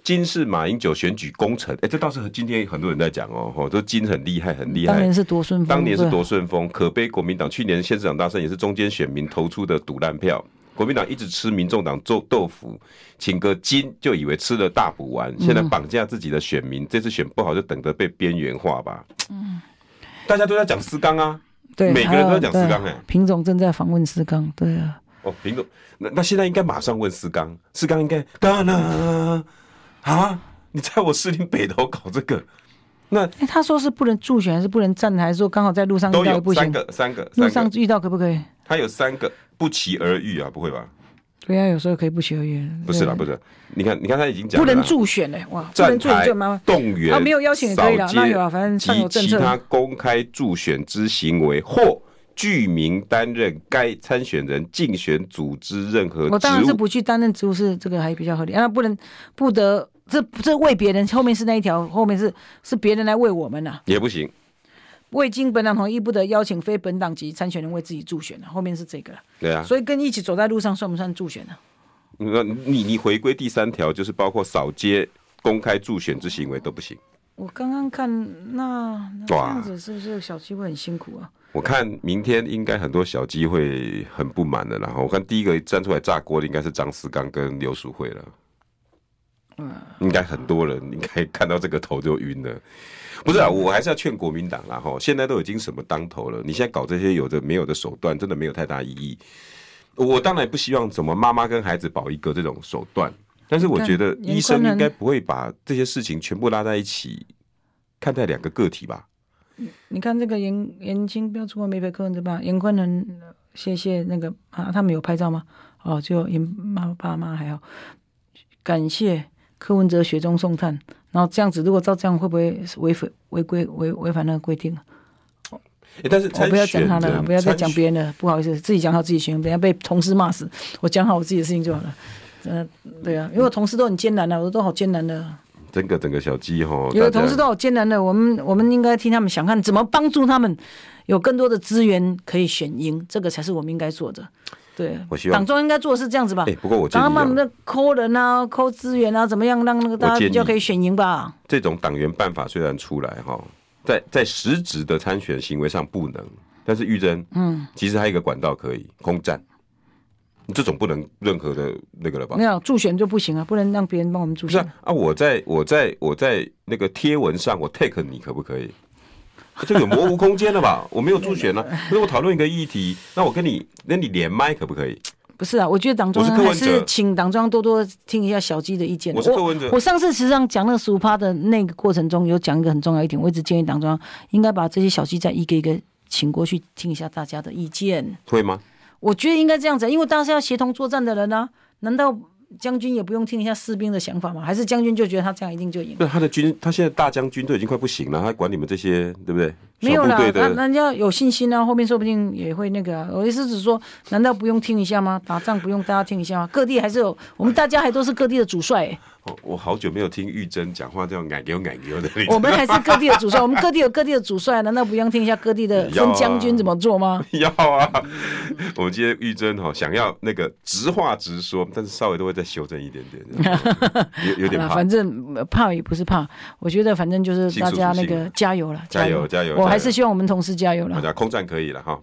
[SPEAKER 1] 金是马英九选举功臣，哎，这倒是今天很多人在讲哦，哦，这金很厉害，很厉
[SPEAKER 2] 当
[SPEAKER 1] 害
[SPEAKER 2] 年。是多顺风，
[SPEAKER 1] 当年是
[SPEAKER 2] 对
[SPEAKER 1] 多顺风，可悲国民党去年县市长大胜也是中间选民投出的赌烂票。国民党一直吃民众党做豆腐，请个金就以为吃了大补丸，现在
[SPEAKER 2] 嗯
[SPEAKER 1] 绑架自己的选民，这次选不好就等着被边缘化吧。
[SPEAKER 2] 嗯
[SPEAKER 1] 大家都在讲思刚啊，
[SPEAKER 2] 对，
[SPEAKER 1] 每个人都在讲
[SPEAKER 2] 还有
[SPEAKER 1] 石刚
[SPEAKER 2] 对
[SPEAKER 1] 哎
[SPEAKER 2] 品种正在访问石刚，对啊，
[SPEAKER 1] 哦，林总，那那现在应该马上问思刚，思刚应该当然啊， 你在我士林北头搞这
[SPEAKER 2] 嗯
[SPEAKER 1] 个，那
[SPEAKER 2] 哎，他说是不能助选，还是不能站台，还是说刚好在路上
[SPEAKER 1] 都
[SPEAKER 2] 遇到也
[SPEAKER 1] 有
[SPEAKER 2] 不
[SPEAKER 1] 三
[SPEAKER 2] 行？
[SPEAKER 1] 个，三个，
[SPEAKER 2] 路
[SPEAKER 1] 三
[SPEAKER 2] 上
[SPEAKER 1] 个，
[SPEAKER 2] 遇到可不可以？
[SPEAKER 1] 他有三个不期而遇啊，不会吧？
[SPEAKER 2] 对啊，有时候可以不学而缘，
[SPEAKER 1] 不是啦，
[SPEAKER 2] 对啊
[SPEAKER 1] 不是，你看，你看他已经讲
[SPEAKER 2] 不
[SPEAKER 1] 了啦
[SPEAKER 2] 能助选嘞，哇，不
[SPEAKER 1] 站
[SPEAKER 2] 能助选
[SPEAKER 1] 台
[SPEAKER 2] 就麻烦。
[SPEAKER 1] 动员
[SPEAKER 2] 啊没有邀请也可以啦
[SPEAKER 1] 扫街
[SPEAKER 2] 那有啦反正上有政
[SPEAKER 1] 及
[SPEAKER 2] 策
[SPEAKER 1] 其他公开助选之行为或具名担任该参选人竞选组织任何
[SPEAKER 2] 我当然
[SPEAKER 1] 职
[SPEAKER 2] 是
[SPEAKER 1] 务。
[SPEAKER 2] 不去担任职务是这个还比较合理，啊，不能不得这这为别人，后面是那一条，后面是是别人来为我们呐、
[SPEAKER 1] 也不行，
[SPEAKER 2] 未经本党同意，不得邀请非本党籍参选人为自己助选啊的、后面是这个了。
[SPEAKER 1] 对啊，
[SPEAKER 2] 所以跟一起走在路上算不算助选呢、啊
[SPEAKER 1] 那你你回归第三条，就是包括扫街、公开助选之行为都不行。
[SPEAKER 2] 我刚刚看那那这
[SPEAKER 1] 哇
[SPEAKER 2] 样子是不是小七会很辛苦啊？
[SPEAKER 1] 我看明天应该很多小鸡会很不满的啦。我看第一个站出来炸锅的应该是张思刚跟刘淑慧了。
[SPEAKER 2] 嗯
[SPEAKER 1] 应该很多人应该看到这个头就晕了。不是
[SPEAKER 2] 嗯
[SPEAKER 1] 啊，我还是要劝国民党啦哈，现在都已经什么当头了，你现在搞这些有的没有的手段，真的没有太大意义。我当然不希望什么妈妈跟孩子保一个这种手段，但是我觉得
[SPEAKER 2] 你看
[SPEAKER 1] 医生
[SPEAKER 2] 严宽
[SPEAKER 1] 应该
[SPEAKER 2] 仁
[SPEAKER 1] 不会把这些事情全部拉在一起看待两个个体吧。
[SPEAKER 2] 你看这个严严清标出国没陪客人对吧？严宽仁呃谢谢那个啊，他们有拍照吗？哦，就严妈爸妈还好，感谢柯文哲雪中送炭。然后这样子，如果照这样，会不会违反违规违违反那个规定？
[SPEAKER 1] 诶但是
[SPEAKER 2] 我哦不要讲他
[SPEAKER 1] 参选
[SPEAKER 2] 了，
[SPEAKER 1] 人
[SPEAKER 2] 不要再
[SPEAKER 1] 参
[SPEAKER 2] 讲别人了，不好意思，自己讲好自己行，等下被同事骂死。我讲好我自己的事情就好了。嗯、对啊，因为我同事都很艰难的、我都好艰难的。
[SPEAKER 1] 整个整个小鸡哈，
[SPEAKER 2] 有的
[SPEAKER 1] 大家
[SPEAKER 2] 同事都好艰难的，我们我们应该替他们想看怎么帮助他们有更多的资源可以选赢，这个才是我们应该做的。对，
[SPEAKER 1] 我希望
[SPEAKER 2] 党中央应该做的是这样子吧
[SPEAKER 1] 哎、。不过我建
[SPEAKER 2] 然
[SPEAKER 1] 议、
[SPEAKER 2] 后慢
[SPEAKER 1] 啊
[SPEAKER 2] 慢，的抠人啊，抠资源啊，怎么样让那个大
[SPEAKER 1] 我
[SPEAKER 2] 家
[SPEAKER 1] 建议
[SPEAKER 2] 比较可以选赢吧？
[SPEAKER 1] 这种党员办法虽然出来哈，在在实质的参选行为上不能，但是玉珍，嗯，其实还有一个管道可以空战，你这种不能任何的那个了吧
[SPEAKER 2] 没？有助选就不行啊，不能让别人帮我们助
[SPEAKER 1] 不是
[SPEAKER 2] 选。
[SPEAKER 1] 啊，啊我在我在我在那个贴文上我 take 你可不可以？这个有模糊空间了吧？ 我没有助选了、啊，可是我讨论一个议题，那我跟你，那你连麦可不可以？
[SPEAKER 2] 不是啊，我觉得党中央
[SPEAKER 1] 我是柯
[SPEAKER 2] 还
[SPEAKER 1] 文哲
[SPEAKER 2] 是请党中央多多听一下小鸡的意见。啊
[SPEAKER 1] 我是柯文哲
[SPEAKER 2] 我上次实际上讲那十五趴的那个过程中，有讲一个很重要一点，我一直建议党中央应该把这些小鸡再一个一个请过去听一下大家的意见。
[SPEAKER 1] 会吗？
[SPEAKER 2] 我觉得应该这样子，因为大家是要协同作战的人啊，难道将军也不用听一下士兵的想法吗？还是将军就觉得他这样一定就赢？
[SPEAKER 1] 不是他的军，他现在大将军都已经快不行了，他还管你们这些，对不对？
[SPEAKER 2] 没有
[SPEAKER 1] 小
[SPEAKER 2] 啦
[SPEAKER 1] 部队，
[SPEAKER 2] 那
[SPEAKER 1] 的
[SPEAKER 2] 人家有信心啊，后面说不定也会那个、啊。我意思是说，难道不用听一下吗？打仗不用大家听一下吗？各地还是有，我们大家还都是各地的主帅欸、
[SPEAKER 1] 我我好久没有听玉珍讲话这样奶牛奶牛的，
[SPEAKER 2] 我们还是各地的主帅，我们各地有各地的主帅，啊难道不用听一下各地的
[SPEAKER 1] 要啊
[SPEAKER 2] 分将军怎么做吗？
[SPEAKER 1] 要啊！我们今天玉珍哈、哦、想要那个直话直说，但是稍微都会再修正一点点，这 样有有点
[SPEAKER 2] 好啦
[SPEAKER 1] 怕
[SPEAKER 2] 反。正呃怕也不是怕，我觉得反正就是
[SPEAKER 1] 心
[SPEAKER 2] 大
[SPEAKER 1] 属
[SPEAKER 2] 家
[SPEAKER 1] 属
[SPEAKER 2] 那
[SPEAKER 1] 性
[SPEAKER 2] 个加油了，
[SPEAKER 1] 加油加油
[SPEAKER 2] 我还
[SPEAKER 1] 加油
[SPEAKER 2] 是希望我们同事加油
[SPEAKER 1] 大
[SPEAKER 2] 了。
[SPEAKER 1] 家空战可以了哈，